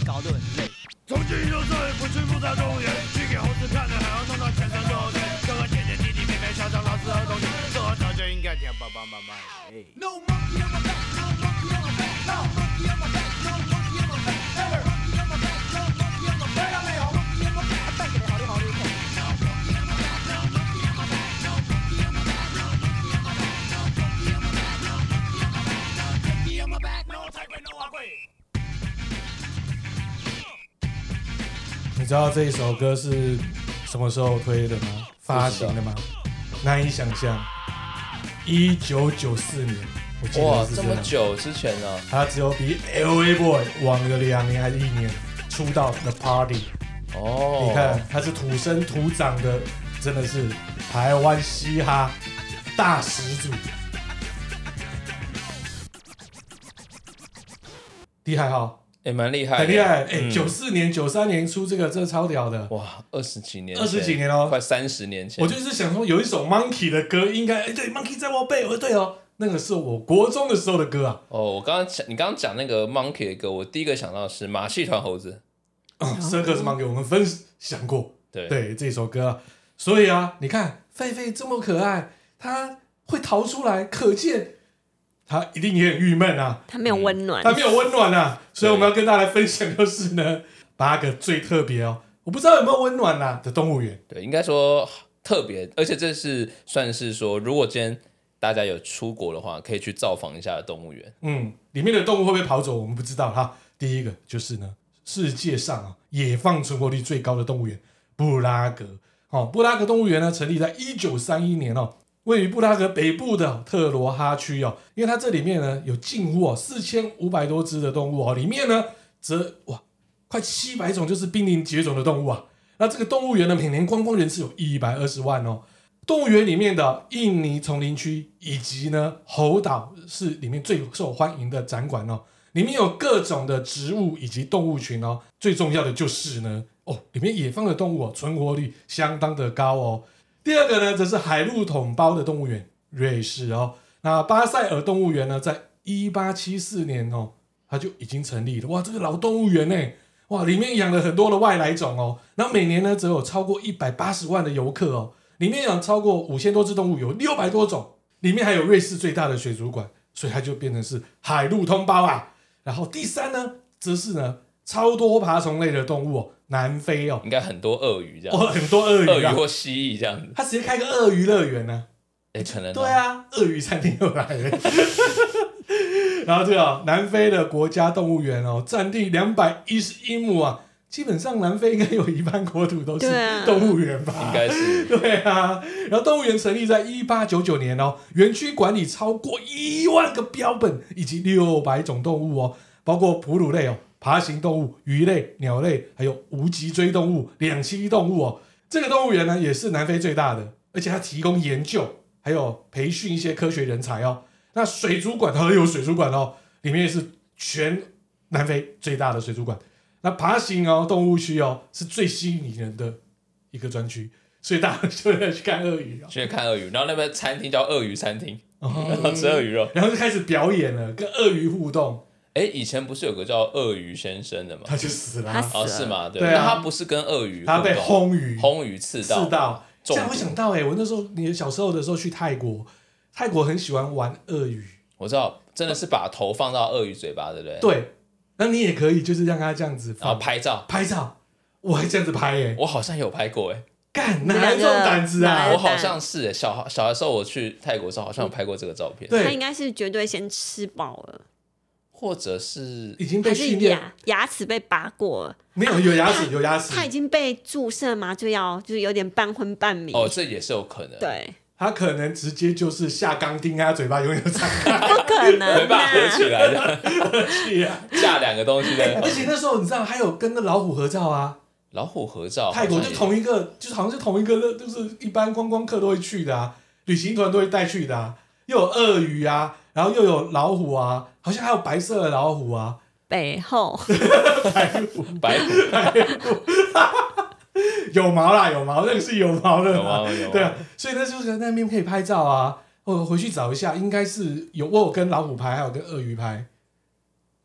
F: 矛盾累。
E: 从今以后再也不去复杂动物园，去给猴子看的，还要弄到全身都是。哥哥姐姐弟弟妹妹小小老师儿童节，做儿早就应该听爸爸妈妈的。哎
D: No monkey on my back, no monkey on my back, no monkey on my back, no monkey on my back, never monkey on my back, no monkey on my back, no monkey on my back, 带给你好的好的。
E: Monkey on my back, no 菜龟 no 花贵。
A: 你知道这一首歌是什么时候推的吗？发行的吗？难以想象，一九九四年，我记
B: 哇
A: 得，是
B: 这
A: 这
B: 么
A: 样。
B: 久之前呢？
A: 他只有比 L A Boy 晚个两年还是一年出道 The Party。
B: 哦，
A: 你看，他是土生土长的，真的是台湾嘻哈大始祖，厉害哈，
B: 也蛮厉害的，
A: 很厉害！哎、
B: 嗯
A: 九四、年、九三年出这个，真的超屌的。
B: 哇，二十几年前，
A: 20几年哦
B: 快三十年前，
A: 我就一直想说，有一首 Monkey 的歌，应该哎、对，Monkey 在我背，哦对哦，那个是我国中的时候的歌啊。
B: 哦，我刚刚讲，你刚刚讲那个 Monkey 的歌，我第一个想到的是马戏团猴子，
A: 哦 Circus Monkey 我们分享过，
B: 对
A: 对这首歌、啊，所以啊，你看狒狒这么可爱，它会逃出来，可见它一定也很郁闷啊，
C: 他没有温暖
A: 它，没有温暖啊，所以我们要跟大家来分享就是呢，八个最特别哦，我不知道有没有温暖呐、的动物园，
B: 对，应该说特别，而且这是算是说，如果今天大家有出国的话，可以去造访一下动物园。
A: 嗯，里面的动物会不会跑走，我们不知道哈。第一个就是呢，世界上啊野放存活率最高的动物园布拉格。哦，布拉格动物园呢，成立在一九三一年哦，位于布拉格北部的特罗哈区哦，因为它这里面呢有近乎哦四千五百多只的动物哦，里面呢则哇快七百种就是濒临绝种的动物啊。那这个动物园呢，每年观光人次有一百二十万哦。动物园里面的印尼丛林区以及呢猴岛是里面最受欢迎的展馆哦，里面有各种的植物以及动物群哦。最重要的就是呢，哦，里面野放的动物哦，存活率相当的高哦。第二个呢，则是海陆统包的动物园，瑞士哦。那巴塞尔动物园呢，在一八七四年哦，它就已经成立了。哇，这个老动物园呢，哇，里面养了很多的外来种哦。那每年呢，则有超过一百八十万的游客哦。里面养超过五千多只动物，有六百多种，里面还有瑞士最大的水族馆，所以它就变成是海陆通包啊。然后第三呢，则是呢超多爬虫类的动物哦，南非哦，
B: 应该很多鳄鱼这样
A: 哇，，很多鳄
B: 鳄
A: 鱼啊
B: 鱼，或蜥蜴这样子，
A: 它直接开个鳄鱼乐园呢、啊
B: 哎，可能哦
A: 对，啊，鳄鱼餐厅又来了。 然后这个哦、南非的国家动物园哦，占地两百一十一亩啊，基本上南非应该有一半国土都是
C: 对啊
A: 动物园吧？
B: 应该是
A: 对啊，然后动物园成立在一八九九年哦，园区管理超过一万个标本以及六百种动物哦，包括哺乳类哦、爬行动物、鱼类、鸟类，还有无脊椎动物、两栖动物哦。这个动物园呢也是南非最大的，而且它提供研究还有培训一些科学人才哦。那水族馆它有水族馆哦，里面是全南非最大的水族馆。那爬行哦，动物区哦，是最吸引人的一个专区，所以大家就在去看鳄鱼啊、
B: 去看鳄鱼，然后那边餐厅叫鳄鱼餐厅，
A: 哦，
B: 然后吃鳄鱼肉。
A: 然后就开始表演了，跟鳄鱼互动，
B: 哎，以前不是有个叫鳄鱼先生的吗？
A: 他就死了
C: 他
A: 啊，
C: 死
B: 哦，
C: 了
B: 是吗？对，
A: 对啊
B: 那他不是跟鳄鱼
A: 他被
B: 互动
A: 轰鱼
B: 轰鱼刺
A: 刺
B: 到，
A: 到。这
B: 中
A: 样
B: 毒
A: 我想到哎、欸，我那时候你小时候的时候去泰国，泰国很喜欢玩鳄鱼，
B: 我知道，真的是把头放到鳄鱼嘴巴，对不对？，
A: 对，那你也可以就是让它这样子
B: 然后
A: 放
B: 拍照，
A: 拍照，我还这样子拍哎、欸，
B: 我好像有拍过，哎，
A: 干
C: 们
A: 哪来这种
C: 两个
A: 胆子啊
C: 哪
B: 我
C: 来？的
B: 好像是哎，小小的时候我去泰国的时候，好像有拍过这个照片，
C: 他
A: 对，
C: 应该是绝对先吃饱了，
B: 或者是
A: 已经被
C: 还是
A: 训练，
C: 牙牙齿被拔过了，
A: 没有有牙齿有牙齿，
C: 他已经被注射麻醉药，就是有点半昏半迷。
B: 哦，这也是有可能，，
C: 对，
A: 他可能直接就是下钢钉啊，嘴巴永远张开
C: 不可
B: 没办
C: 能
B: 法合
C: 啊！
B: 起来的，
A: 去啊。
B: 架两个东西在
A: 而且那时候你知道还有跟那老虎合照啊，
B: 老虎合照，
A: 泰国
B: 好像
A: 就
B: 也
A: 同一个，就是好像是同一个，就是一般观光客都会去的啊，旅行团都会带去的啊，又有鳄鱼啊，然后又有老虎啊，好像还有白色的老虎啊，
C: 背后
B: 白虎，
A: 有毛啦，有毛，那个是有毛的
B: 有
A: 啦，
B: 吗？有吗
A: 对啊，，所以那就是那边可以拍照啊，我回去找一下，应该是有我有跟老虎拍，还有跟鳄鱼拍，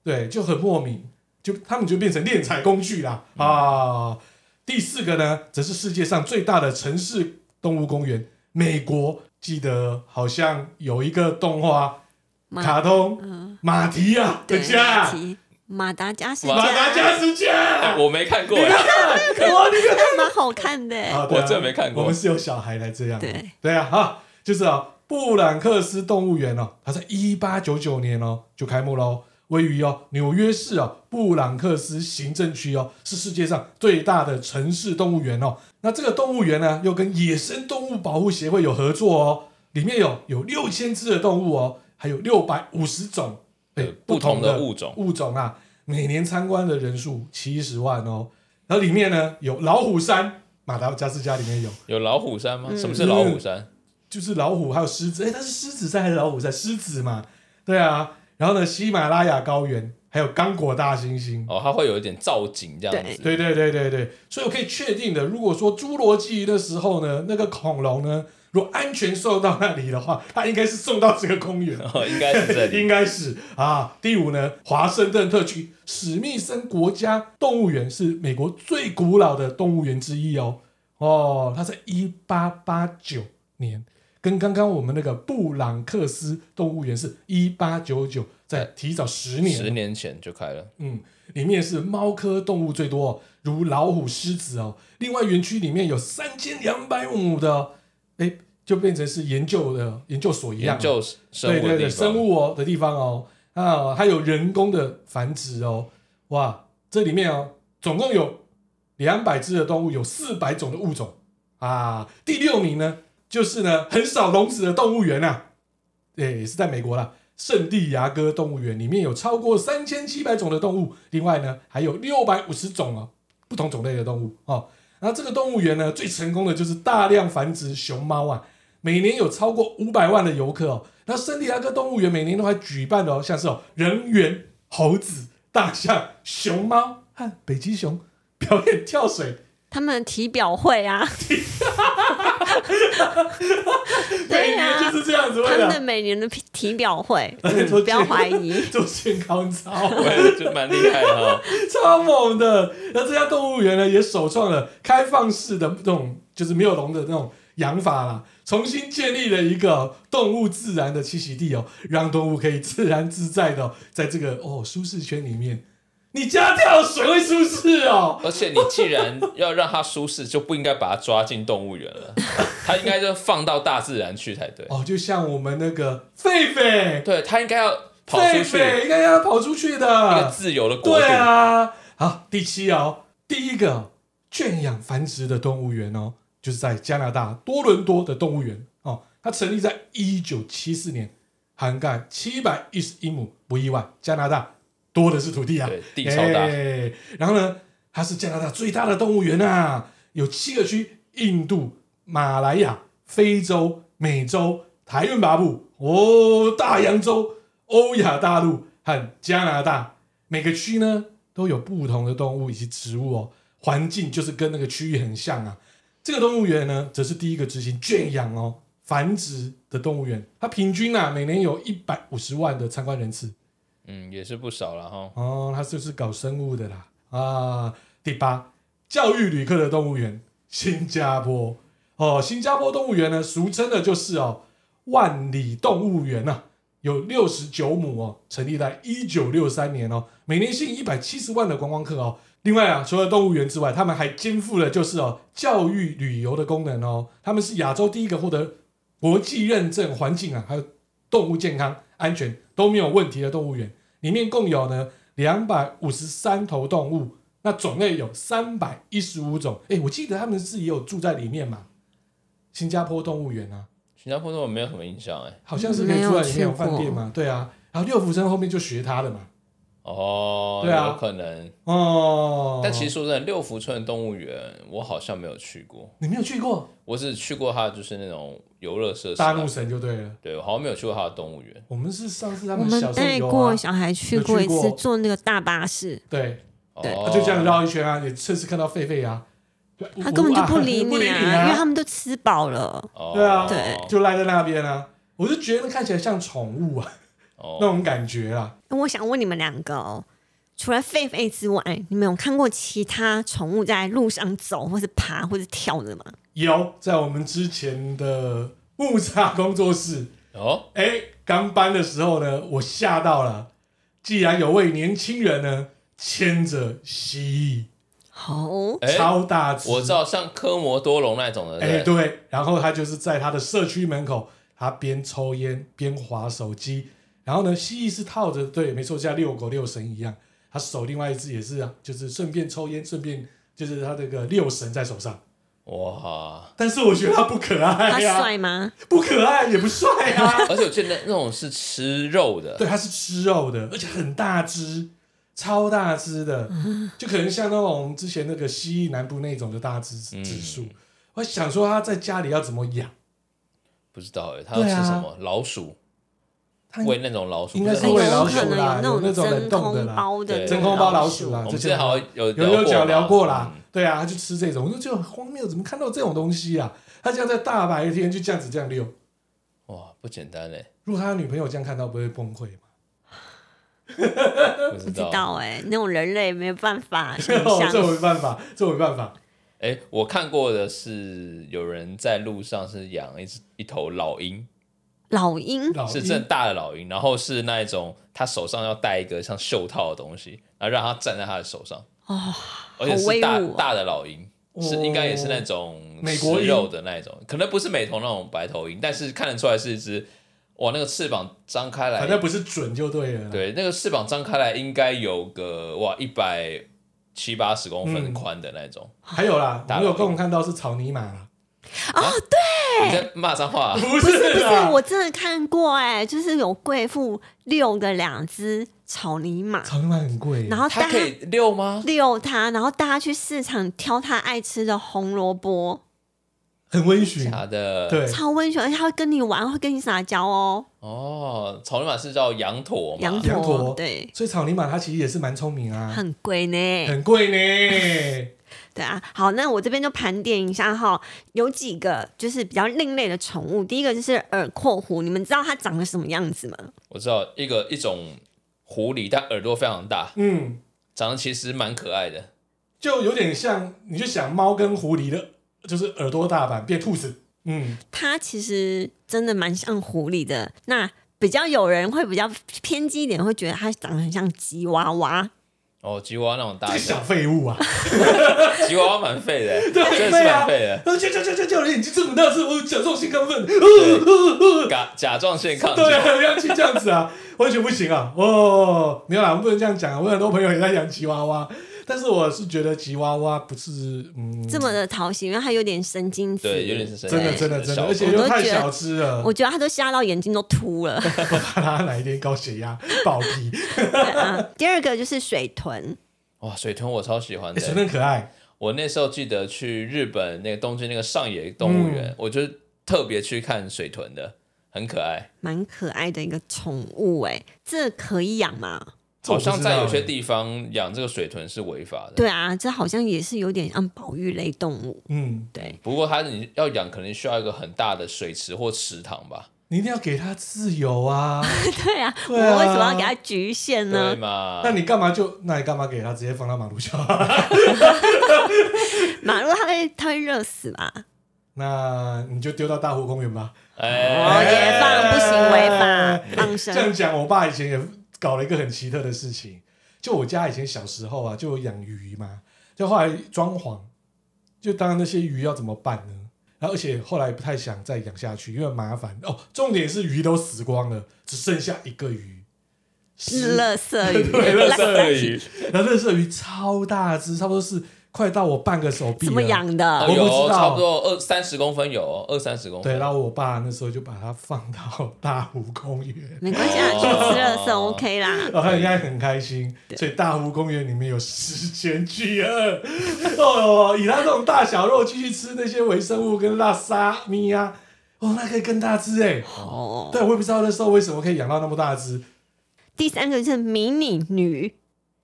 A: 对，就很莫名。就他们就变成敛财工具啦
B: 嗯
A: 啊。第四个呢，则是世界上最大的城市动物公园——美国。记得好像有一个动画
C: 马
A: 卡通
C: 嗯
A: 《马提亚的
C: 对，
A: 家》，
C: 提马达加斯
A: 马达加斯
B: 哎
A: 加，
B: 我没看过，欸
A: 哇，你看
C: 还蛮好看的、
A: 啊，
B: 我
A: 对啊
B: 真没看过
A: 我们是有小孩来这样。
C: 对
A: 对啊，哈，就是啊，布兰克斯动物园哦，它在一八九九年哦就开幕喽，位于哦纽约市哦布兰克斯行政区哦，是世界上最大的城市动物园哦。那这个动物园呢，又跟野生动物保护协会有合作哦，里面有有六千只的动物哦，还有六百五十种
B: 呃
A: 对
B: 不同的
A: 的
B: 物种
A: 物种啊，每年参观的人数七十万哦。然后里面呢有老虎山，马达加斯加里面有，
B: 有老虎山吗？什么是老
A: 嗯
B: 虎山？
A: 就是老虎还有狮子，哎、它是狮子山还是老虎山？狮子嘛，对啊。然后呢，喜马拉雅高原还有刚果大猩猩，
B: 哦，它会有一点造景这样子。
A: 对对对对对。所以我可以确定的，如果说侏罗纪的时候呢，那个恐龙呢，如果安全送到那里的话，它应该是送到这个公园。
B: 哦，应该是这里。
A: 应该是啊。第五呢，华盛顿特区史密森国家动物园是美国最古老的动物园之一哦。哦，它在一八八九年，跟刚刚我们那个布朗克斯动物园是一八九九，在提早十年。
B: 十年前就开了，
A: 嗯，里面是猫科动物最多、哦，如老虎、狮子哦。另外，园区里面有三千两百亩的，哎，就变成是研究的研究所一样
B: 研
A: 哦、
B: 究生
A: 对
B: 物
A: 对
B: 的
A: 对，
B: 地
A: 生
B: 方。
A: 物哦的地方哦，啊，还有人工的繁殖哦，哇，这里面哦，总共有两百只的动物，有四百种的物种啊。第六名呢，就是呢很少笼子的动物园啊，对，也是在美国啦。圣地牙哥动物园里面有超过三千七百种的动物，另外呢还有六百五十种哦不同种类的动物哦。那这个动物园呢最成功的就是大量繁殖熊猫啊，每年有超过五百万的游客哦。那圣地亚哥动物园每年都还举办的哦，像是哦人猿、猴子、大象、熊猫和北极熊表演跳水。
C: 他们体表会 啊，
A: 每
C: 对
A: 年
C: 啊
A: 就，是这样子，为
C: 他们的
A: 了
C: 每年的体 表会，
A: 对
C: 嗯
A: 做
C: 不要
A: 健
C: 怀疑。
A: 做健康操，
B: 对，就蛮厉害的哈。
A: 超猛的。那这家动物园呢，也首创了开放式的这种，就是没有笼的那种养法啦，重新建立了一个动物自然的栖息地哦，让动物可以自然自在的、在这个哦舒适圈里面。你家跳水会舒适哦，
B: 而且你既然要让它舒适，就不应该把它抓进动物园了，它应该就放到大自然去才对。
A: 哦，就像我们那个狒狒，
B: 对，它应该要跑出
A: 狒
B: 去，
A: 狒应该要跑出去
B: 一个
A: 的。
B: 自由的国
A: 对
B: 度。
A: 啊，好，第七哦，第一个圈养繁殖的动物园哦，就是在加拿大多伦多的动物园哦，它成立在一九七四年，涵盖七百一十一亩，不意外，加拿大多的是土地啊，
B: 对地超大
A: 哎然后呢，它是加拿大最大的动物园啊，有七个区：印度、马来亚、非洲、美洲、台湾巴布、哦大洋洲、欧亚大陆和加拿大。每个区呢都有不同的动物以及植物哦，环境就是跟那个区域很像啊。这个动物园呢，则是第一个执行圈养哦繁殖的动物园，它平均啊每年有一百五十万的参观人次。
B: 嗯，也是不少了哈。
A: 哦，他就是搞生物的啦啊。第八，教育旅客的动物园，新加坡哦，新加坡动物园呢，俗称的就是哦万里动物园呐、啊，有六十九亩哦，成立在一九六三年哦，每年吸引一百七十万的观光客哦。另外啊，除了动物园之外，他们还肩负了就是哦教育旅游的功能哦，他们是亚洲第一个获得国际认证环境啊，还有动物健康安全都没有问题的动物园。里面共有呢两百五十三头动物，那种类有三百一十五种。哎、我记得他们是也有住在里面嘛，新加坡动物园啊，
B: 新加坡对我没有什么印象哎、
A: 好像是可以住在里面
C: 嗯没有
A: 有
C: 去过
A: 饭店嘛，对啊。然后六福生后面就学他了嘛，
B: 哦，
A: 对啊
B: 有可能。
A: 哦。
B: 但其实说真的，六福村的动物园我好像没有去过，
A: 你没有去过
B: 我只去过它就是那种游乐设施
A: 大
B: 啊。
A: 怒神就对了，
B: 对，我好像没有去过它的动物园。
A: 我们是上 次他
C: 我
A: 们小
C: 们
A: 时候
C: 带
A: 有
C: 过
A: 啊，
C: 小孩去
A: 有
C: 过
A: 去
C: 一次
A: 过，
C: 坐那个大巴士，
A: 对，
C: 对
B: 哦
A: 他就这样绕一圈啊，也测试看到狒狒啊，对
C: 他根本就不理
A: 不
C: 你
A: 理
C: 啊，
A: 啊
C: 因为他们都吃饱 了。
B: 哦
A: 对啊
C: 对
A: 就赖在那边啊。我就觉得看起来像宠物啊，那
B: 哦，
A: 种感觉啊。
C: 那我想问你们两个哦，除了狒狒之外，你们有看过其他宠物在路上走，或是爬，或是跳的吗？
A: 有在我们之前的木栅工作室，
B: 哦，
A: 哎、刚搬的时候呢，我吓到了。既然有位年轻人呢牵着蜥
C: 哦，
A: 蜴，
B: 哎，
A: 超大只，
B: 我知道，像科摩多龙那种的，
A: 哎、
B: 对不对，
A: 对，然后他就是在他的社区门口，他边抽烟边划手机，然后呢，蜥蜴是套着，对，没错，像遛狗遛绳一样，他手另外一只也是，啊，就是顺便抽烟，顺便就是他这个遛绳在手上。
B: 哇！
A: 但是我觉得他不可
C: 他
A: 爱呀、
C: 帅吗？
A: 不可爱也不帅啊。
B: 而且我记得那那种是吃肉的，
A: 对，它是吃肉的，而且很大只，超大只的，
B: 嗯
A: 就可能像那种之前那个蜥蜴南部那种的大只
B: 嗯
A: 指数。我想说他在家里要怎么养，
B: 不知道哎，它要吃
A: 对啊
B: 什么？老鼠，
A: 它
B: 喂那种老鼠，
A: 应该哎是
B: 不
A: 喂
B: 那种
A: 老
C: 有
A: 鼠啊
C: 可能
A: 啦
C: 有
A: 有那
C: 那
A: 种
C: 种
A: 冷
C: 真
A: 冻的
C: 空
A: 啦
C: 包的
B: 对
A: 真空包老鼠
C: 鼠
A: 啦
B: 我
A: 这
B: 们
A: 些
B: 之前好像有
A: 有有
B: 过
A: 讲聊
B: 嘛
A: 过啦
B: 嗯，
A: 对啊，他就吃这种，我就觉得很荒谬，怎么看到这种东西啊？他这样在大白天就这样子这样溜，
B: 哇，不简单哎，
A: 如果他女朋友这样看到，不会崩溃吗？
B: 不
C: 不
B: 呃知
C: 知
B: 道。
C: 道哎、那种人类没有办法 想象。
A: 这没办法，这没办法。
B: 哎，我看过的是有人在路上是养一只一头老鹰，
C: 老鹰
A: 老
B: 是
A: 鹰
B: 正大的老鹰，然后是那一种他手上要戴一个像袖套的东西，然后让它站在他的手上，
C: 哦，
B: 而且是大
C: 威武哦
B: 大的老鹰，是
A: 哦
B: 应该也是那种
A: 美国
B: 食
A: 鹰
B: 肉的那一种，可能不是美瞳那种白头鹰，但是看得出来是一只哇，那个翅膀张开来
A: 反，正不是准就对了啦。
B: 对，那个翅膀张开来应该有个哇一百七八十公
A: 嗯
B: 分宽的那种。
A: 还有啦，我
B: 大
A: 们
B: 老
A: 有
B: 鹰
A: 共看到是草泥马啦，
B: 你在骂脏话、啊？
A: 不
C: 不是不
A: 是
C: 是
A: 啦，，
C: 我真的看过哎、就是有贵妇遛的两只草泥马，
A: 草泥马很贵，
C: 然后
B: 它
C: 大
B: 可
C: 家
B: 以遛吗？
A: 嗯
C: 遛它，然后大家去市场挑它爱吃的红萝卜，
A: 很温驯，
B: 假的，
A: 对，
C: 超温驯，而且它会跟你玩，会跟你撒娇哦。
B: 哦，草泥马是叫羊驼嘛？
C: 羊
A: 哦羊驼
C: 对，
A: 所以草泥马它其实也是蛮聪明啊，
C: 很贵呢。
A: 很贵呢。
C: 对啊，好，那我这边就盘点一下哈，有几个就是比较另类的宠物。第一个就是耳廓狐，你们知道它长得什么样子吗？
B: 我知道一个一种狐狸，但耳朵非常大，
A: 嗯，
B: 长得其实蛮可爱的。
A: 就有点像，你就想猫跟狐狸的，就是耳朵大版变兔子，嗯，
C: 它其实真的蛮像狐狸的。那比较有人会比较偏激一点，会觉得它长得很像吉娃娃。
B: 哦，吉娃娃那种
A: 这
B: 大
A: 个
B: 小
A: 小，废物啊，
B: 吉娃娃蛮废的，
A: 对，
B: 真
A: 很
B: 的是
A: 废
B: 蛮
A: 啊，
B: 废的。
A: 然后叫叫叫叫叫，眼睛这么大，是我甲状腺亢奋，
B: 甲甲状腺亢
A: 对
B: 进，
A: 啊，要去这样子啊，完全不行啊！哦，没有啦，我们不能这样讲啊。我有很多朋友也在养吉娃娃，但是我是觉得吉娃娃不是嗯，
C: 这么的讨喜，因为它有点神经质，
B: 对，有点是神经
A: 真的
B: 质
A: 真的真的，
B: 小
A: 而且
B: 狗
A: 又太小只了，
C: 我觉得它都吓到眼睛都秃了。
A: 我怕它哪一天高血压暴毙。
C: 对啊，第二个就是水豚，
B: 哇，水豚我超喜欢
A: 哎
B: 的，
A: 水豚可爱，
B: 我那时候记得去日本那个东京那个上野动物
A: 嗯
B: 园，我就是特别去看水豚的，很可爱。
C: 蛮可爱的一个宠物哎、这可以养吗？
A: 这我
B: 好
A: 不知道
B: 像在有些
A: 欸
B: 地方养这个水豚是违法的。，
C: 对啊，这好像也是有点像保育类动物。
A: 嗯，
C: 对，
B: 不过它你要养，可能需要一个很大的水池或池塘吧？
A: 你一定要给它自由啊！
C: 对 啊，
A: 对啊
C: 我为什么要给它局限
B: 对
C: 呢？
A: 嗯
B: 嘛？
A: 那你干嘛就那你干嘛给它直接放到马路上？
C: 马路它会它会热死吧？
A: 那你就丢到大湖公园吧。
C: 哦，
B: 哎，
C: 野放不行，违法放
A: 哎这样
C: 生。
A: 讲，我爸以前也搞了一个很奇特的事情，就我家以前小时候啊，就有养鱼嘛，就后来装潢，就当然那些鱼要怎么办呢？然后而且后来不太想再养下去，因为麻烦哦。重点是鱼都死光了，只剩下一个鱼，
C: 是 垃圾鱼，
A: 对 垃圾
B: 鱼，
A: 然后那色鱼超大只，差不多是快到我半个手臂
C: 怎
A: 了。
C: 么养
A: 我
C: 的？
A: 不知
B: 有
A: 道
B: 差不多二三十公分有哦，二三十公
A: 对，
B: 分。
A: 然后我爸那时候就把它放到大湖公园，
C: 没关系啊，
B: 哦
C: 去吃垃圾 OK 啦。
A: 然后他应该很开心，所以大湖公园里面有十全巨鳄。哦，以他这种大小肉继续吃那些微生物跟辣沙咪啊，哦，那可以更大只哎、
C: 哦，
A: 对，我也不知道那时候为什么可以养到那么大只
C: 第三个就是迷你驴、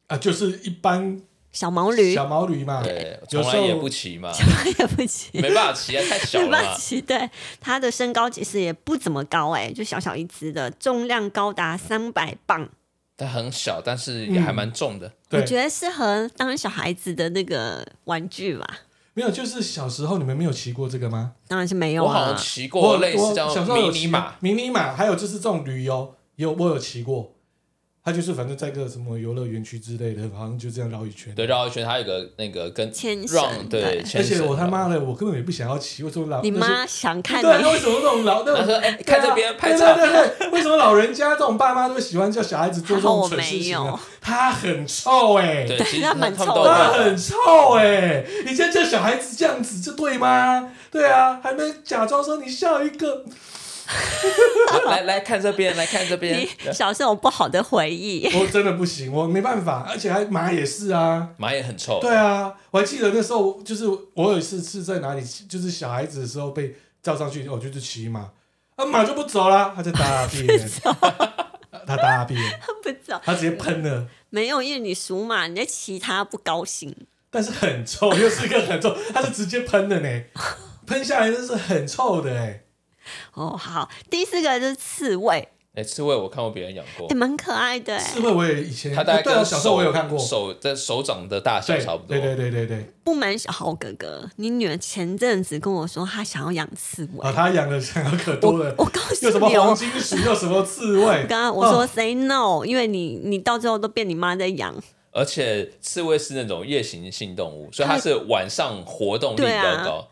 A: 啊，就是一般
C: 小毛驴，
A: 小毛驴嘛，
B: 对，
A: 有
B: 从
A: 时
B: 来也不
A: 候
B: 骑嘛，
C: 对不起，
B: 没办法骑啊，太小
C: 对
B: 了
C: 不
B: 嘛。
C: 起，对，它的身高其实也不怎么高哎、就小小一只的，重量高达三百磅，
B: 它很小，但是也还蛮重的。
C: 我
A: 对，
C: 觉得适合当小孩子的那个玩具吧。
A: 没有，就是小时候你们没有骑过这个吗？
C: 当然是没有
B: 我好
C: 啊
B: 像，骑过类似
A: 我
B: 这样
A: 小时候
B: 迷
A: 有
B: 你
A: 骑
B: 马，，
A: 迷你马，还有就是这种旅游，也有我有骑过。它就是反正在个什么游乐园区之类的，好像就这样绕一圈。
B: 对，绕一圈，它有个那个跟
C: 牵绳
B: run 对
C: 对，
A: 而
B: 牵绳啊
A: 且
B: 的
A: 我他妈的，我根本也不想要骑，为什么老
C: 你
A: 那些
C: 妈想看
B: 啊
A: 对，那
C: 你，
A: 为什么这种老那
B: 他说
A: 种
B: 哎，看这边拍
A: 对
B: 照，
A: 对对对，为什么老人家这种爸妈都喜欢叫小孩子做这
C: 还好
A: 种
C: 我
A: 蠢事情
C: 没
A: 呢
C: 有？
A: 他很臭哎、
B: 对，
C: 对
B: 其实
C: 那
B: 他
C: 蛮
B: 们
C: 臭
B: 都
C: 的
A: 他
B: 有
A: 很臭哎、你现在叫小孩子这样子，这对吗？对啊，还能假装说你笑一个，
B: 来来看这边，来看这边，
C: 你小时候有不好的回忆，
A: 我真的不行，我没办法，而且还马也是啊，
B: 马也很臭，
A: 对啊，我还记得那时候，就是我有一次是在哪里，就是小孩子的时候被叫上去，我哦就是骑马，啊马就不走啦，他就大便，他大便，
C: 不知道
A: 他直接喷了，
C: 没有，因为你属马，你在骑它不高兴。
A: 但是很臭，又是一个很臭，他是直接喷的呢，喷下来那是很臭的哎，
C: 哦，好，第四个就是刺猬，
B: 哎，刺猬我看过别人养过
C: 也，蛮可爱的哎
A: 刺。猬我也以前，
B: 它大概
A: 对啊，
B: 跟
A: 小时候我有看过，
B: 手在手掌的大小
A: 对
B: 差不多
A: 对，对对对对，
C: 不瞒小豪哥哥，你女儿前阵子跟我说她想要养刺猬，
A: 啊他养的想要可多
C: 我
A: 了
C: 我，告诉
A: 又什么
C: 你哦
A: 黄，金鼠，又什么刺猬，
C: 刚刚我说
A: 啊
C: say no，因为你你到最后都变你妈在养，
B: 而且刺猬是那种夜行性动物，所以它是晚上活动力比
C: 对啊
B: 较高。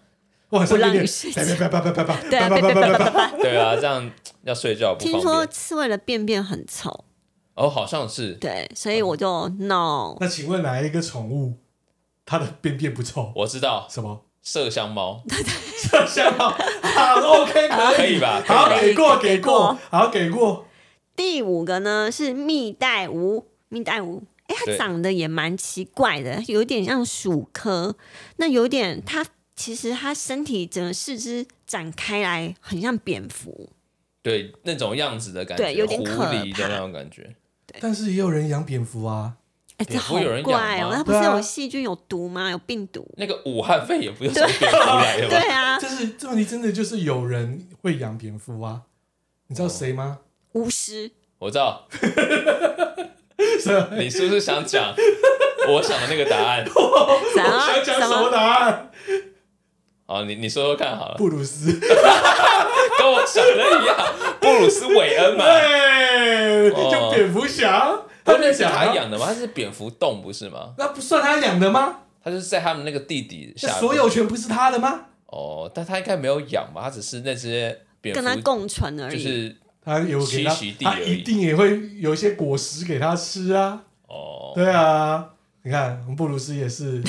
A: 晚上
C: 不让
A: 有点
C: 你睡觉
A: 叭叭叭叭叭叭
C: 对啊，
A: 叭
C: 别
A: 叭
C: 别
A: 叭
C: 别
A: 叭叭
C: 别别！
B: 对啊，这样要睡觉不
C: 听
B: 方
C: 说
B: 便。
C: 刺猬的便便很臭，
B: 哦，好像是，
C: 对，所以我就 no。
A: 那请问哪一个宠物它的便便不 臭？
B: 我知道
A: 什么？
B: 麝香猫，
A: 麝香猫？好，OK，可以，
B: 啊可以吧可以吧
A: 好，给过，给过
C: 给过，
A: 好，给过。
C: 第五个呢是蜜袋鼯，蜜袋鼯，哎，它
B: 对
C: 长得也蛮奇怪的，有点像鼠科，那有点它其实它身体整个四肢展开来，很像蝙蝠，
B: 对那种样子的感觉，
C: 对有点
B: 狐
C: 可
B: 狸的
C: 怕
B: 那种感觉。
A: 但是也有人养蝙蝠啊，
C: 哎，这
B: 蝙蝠
C: 好
B: 有人
C: 怪
B: 养
C: 哦
B: 吗，
C: 它不是
A: 对啊
C: 有细菌有毒吗？有病毒？
B: 那个武汉肺炎不就是从蝙蝠来的
C: 对
B: 吗？
C: 啊，
A: 就是这问题真的就是有人会养蝙蝠啊。你知道谁吗？
C: 巫师，
B: 我知道，
C: 哦啊
A: 是
B: 你是不是想 讲我想的那个答案？
C: 什
A: 我想
C: 么
A: 讲
C: 什
A: 什么
C: 么？
A: 答案？
B: 好，哦你你说说看好了，
A: 布鲁斯。
B: 跟我想的一样，布鲁斯韦恩嘛。
A: 对，
B: 哦
A: 就蝙蝠侠，
B: 他
A: 在
B: 那是他
A: 讲啊，
B: 养的吗？他是蝙蝠洞不是吗？
A: 那不算他养的吗？
B: 他就是在他们那个地底
A: 那
B: 下面。
A: 所有权不是他的吗？
B: 哦，但他应该没有养吧？他只是那些蝙
C: 跟它
B: 蝠，
C: 共存而
B: 就
C: 已。
B: 是
A: 他有给他
B: 栖息，地
A: 他
B: 而已
A: 一定也会有一些果实给他吃啊。
B: 哦，
A: 对啊，你看，我们布鲁斯也 是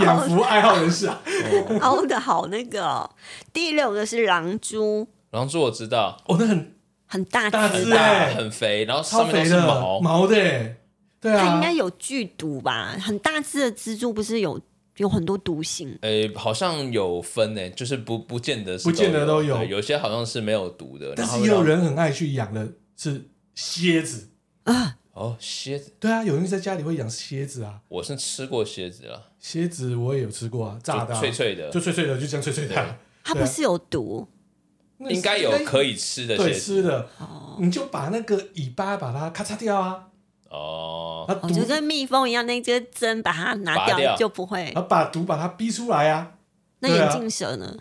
A: 养福爱好人士啊。
B: 哦
C: 凹的好那个哦、第六个是狼蛛，
B: 然后说我知道，
A: 哦，那很
C: 很大
A: 大
C: 只
A: 只
C: 啊
B: 很
A: 是
B: 大
A: 欸
B: 很肥，然后
A: 超
B: 上面都
A: 肥
B: 是
A: 的，
B: 毛，
A: 毛的欸，对
C: 它
A: 啊
C: 应该，有剧毒吧？很大只的蜘蛛不是有有很多毒性？
B: 诶，好像有分诶，就是不不见得是
A: 不见得
B: 都
A: 都有
B: 对有些好像是没有毒的，
A: 但
B: 然
A: 是也
B: 后
A: 有
B: 让
A: 人很爱去养的是蝎子。
B: 哦蝎子，
A: 对啊，有人在家里会养蝎子啊，
B: 我是吃过蝎子了，
A: 蝎子我也有吃过啊，炸的
B: 就
A: 啊
B: 脆脆的
A: 就，脆脆的，就这样脆脆的啊。
C: 它
A: 对啊
C: 不是有毒？
A: 那
B: 应该有可以吃的
A: 对
B: 蝎子
A: 吃的，
C: 哦
A: 你就把那个尾巴把它咔嚓掉啊，
B: 哦，
A: 它
C: 哦，
A: 毒
C: 就跟蜜蜂一样，那根针把它拿
B: 拔掉
C: 就不会
A: 然。后把毒把它逼出来啊。
C: 那
A: 对啊
C: 眼镜蛇呢？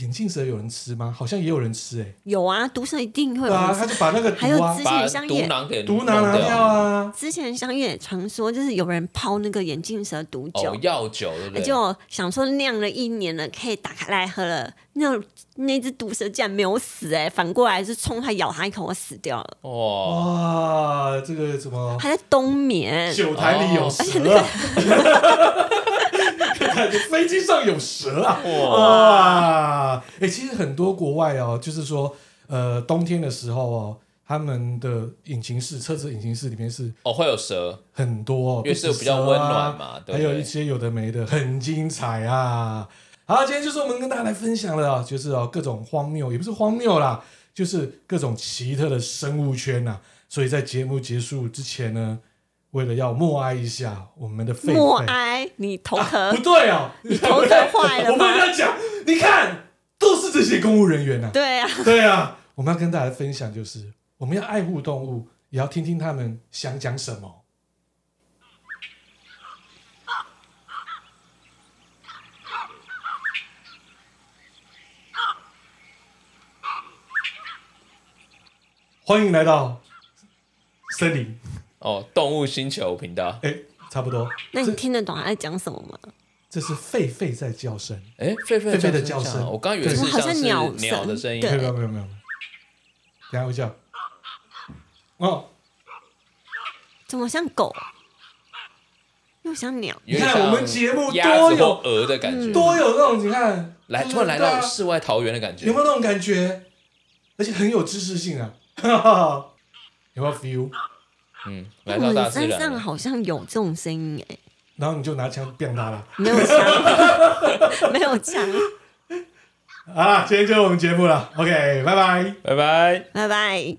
A: 眼镜蛇有人吃吗？好像也有人吃哎、
C: 有啊，毒蛇一定会
A: 对
C: 有
A: 啊，
C: 人
A: 他
C: 吃。
A: 就把那个
C: 还有
A: 毒啊
C: 之前
B: 把
C: 像
B: 毒
C: 叶
B: 囊给
A: 毒囊
B: 弄哦
A: 拿掉啊，
C: 之前香月也常说，就是有人泡那个眼镜蛇毒酒，啊
B: 哦，药酒对不对？
C: 就想说酿了一年了，可以打开来喝了。那那只毒蛇竟然没有死、哎，反过来是冲它咬它一口，我死掉了，
B: 哇，
A: 哇，这个什么
C: 还在哦 冬眠。
A: 酒坛里有蛇啊， 飞机上有蛇啊，哇！哎、其实很多国外哦，就是说，呃，冬天的时候哦，他们的引擎室、车子引擎室里面是
B: 哦，会有蛇，
A: 很多、哦，
B: 因为是
A: 不止
B: 比较温暖
A: 蛇
B: 嘛
A: 啊
B: 对不对
A: 还有一些有的没的，很精彩啊！好，今天就是我们跟大家来分享的啊，就是哦各种荒谬，也不是荒谬啦，就是各种奇特的生物圈呐、所以在节目结束之前呢，为了要默哀一下我们的狒
C: 默
A: 狒，
C: 哀，你头壳、
A: 不对哦，
C: 你头壳坏 了
A: 我不能这
C: 吗？
A: 样讲，你看都是这些公务人员呐、
C: 对啊，
A: 对啊，我们要跟大家分享就是，我们要爱护动物，也要听听他们想讲什么。欢迎来到森林，
B: 哦，动物星球频道，
A: 哎，差不多。
C: 那你
A: 这
C: 听得懂他在讲什么吗？
A: 这是狒狒在叫声，
B: 哎，狒狒
A: 狒狒的
B: 叫
A: 叫
B: 声
A: 声
B: 我刚以为是
C: 对好像
B: 像是
C: 鸟
B: 鸟的
C: 声
B: 声音，
C: 对
A: 没有没有没有没有，等一下会叫。哦，
C: 怎么像狗，啊又像鸟？
A: 你
B: 有点
A: 看
B: 像嗯
A: 我们节目
B: 鸭子
A: 多有
B: 或鹅的感觉，
A: 多有那种你看，啊
B: 来
A: 就是
B: 突然来
A: 大
B: 到
A: 家
B: 世外桃源的感觉
A: 有没。有那种感觉？而且很有知识性啊， 哈哈有没有 feel？
B: 嗯，来
C: 哎我
B: 到大
C: 们
B: 自
C: 山
B: 然
C: 上
B: 了，
C: 好像有这种声音哎、
A: 然后你就拿枪变他了。
C: 没有枪，没有枪，
A: 好啦，今天就是我们节目了，OK，拜拜。
B: 拜拜。
C: 拜拜。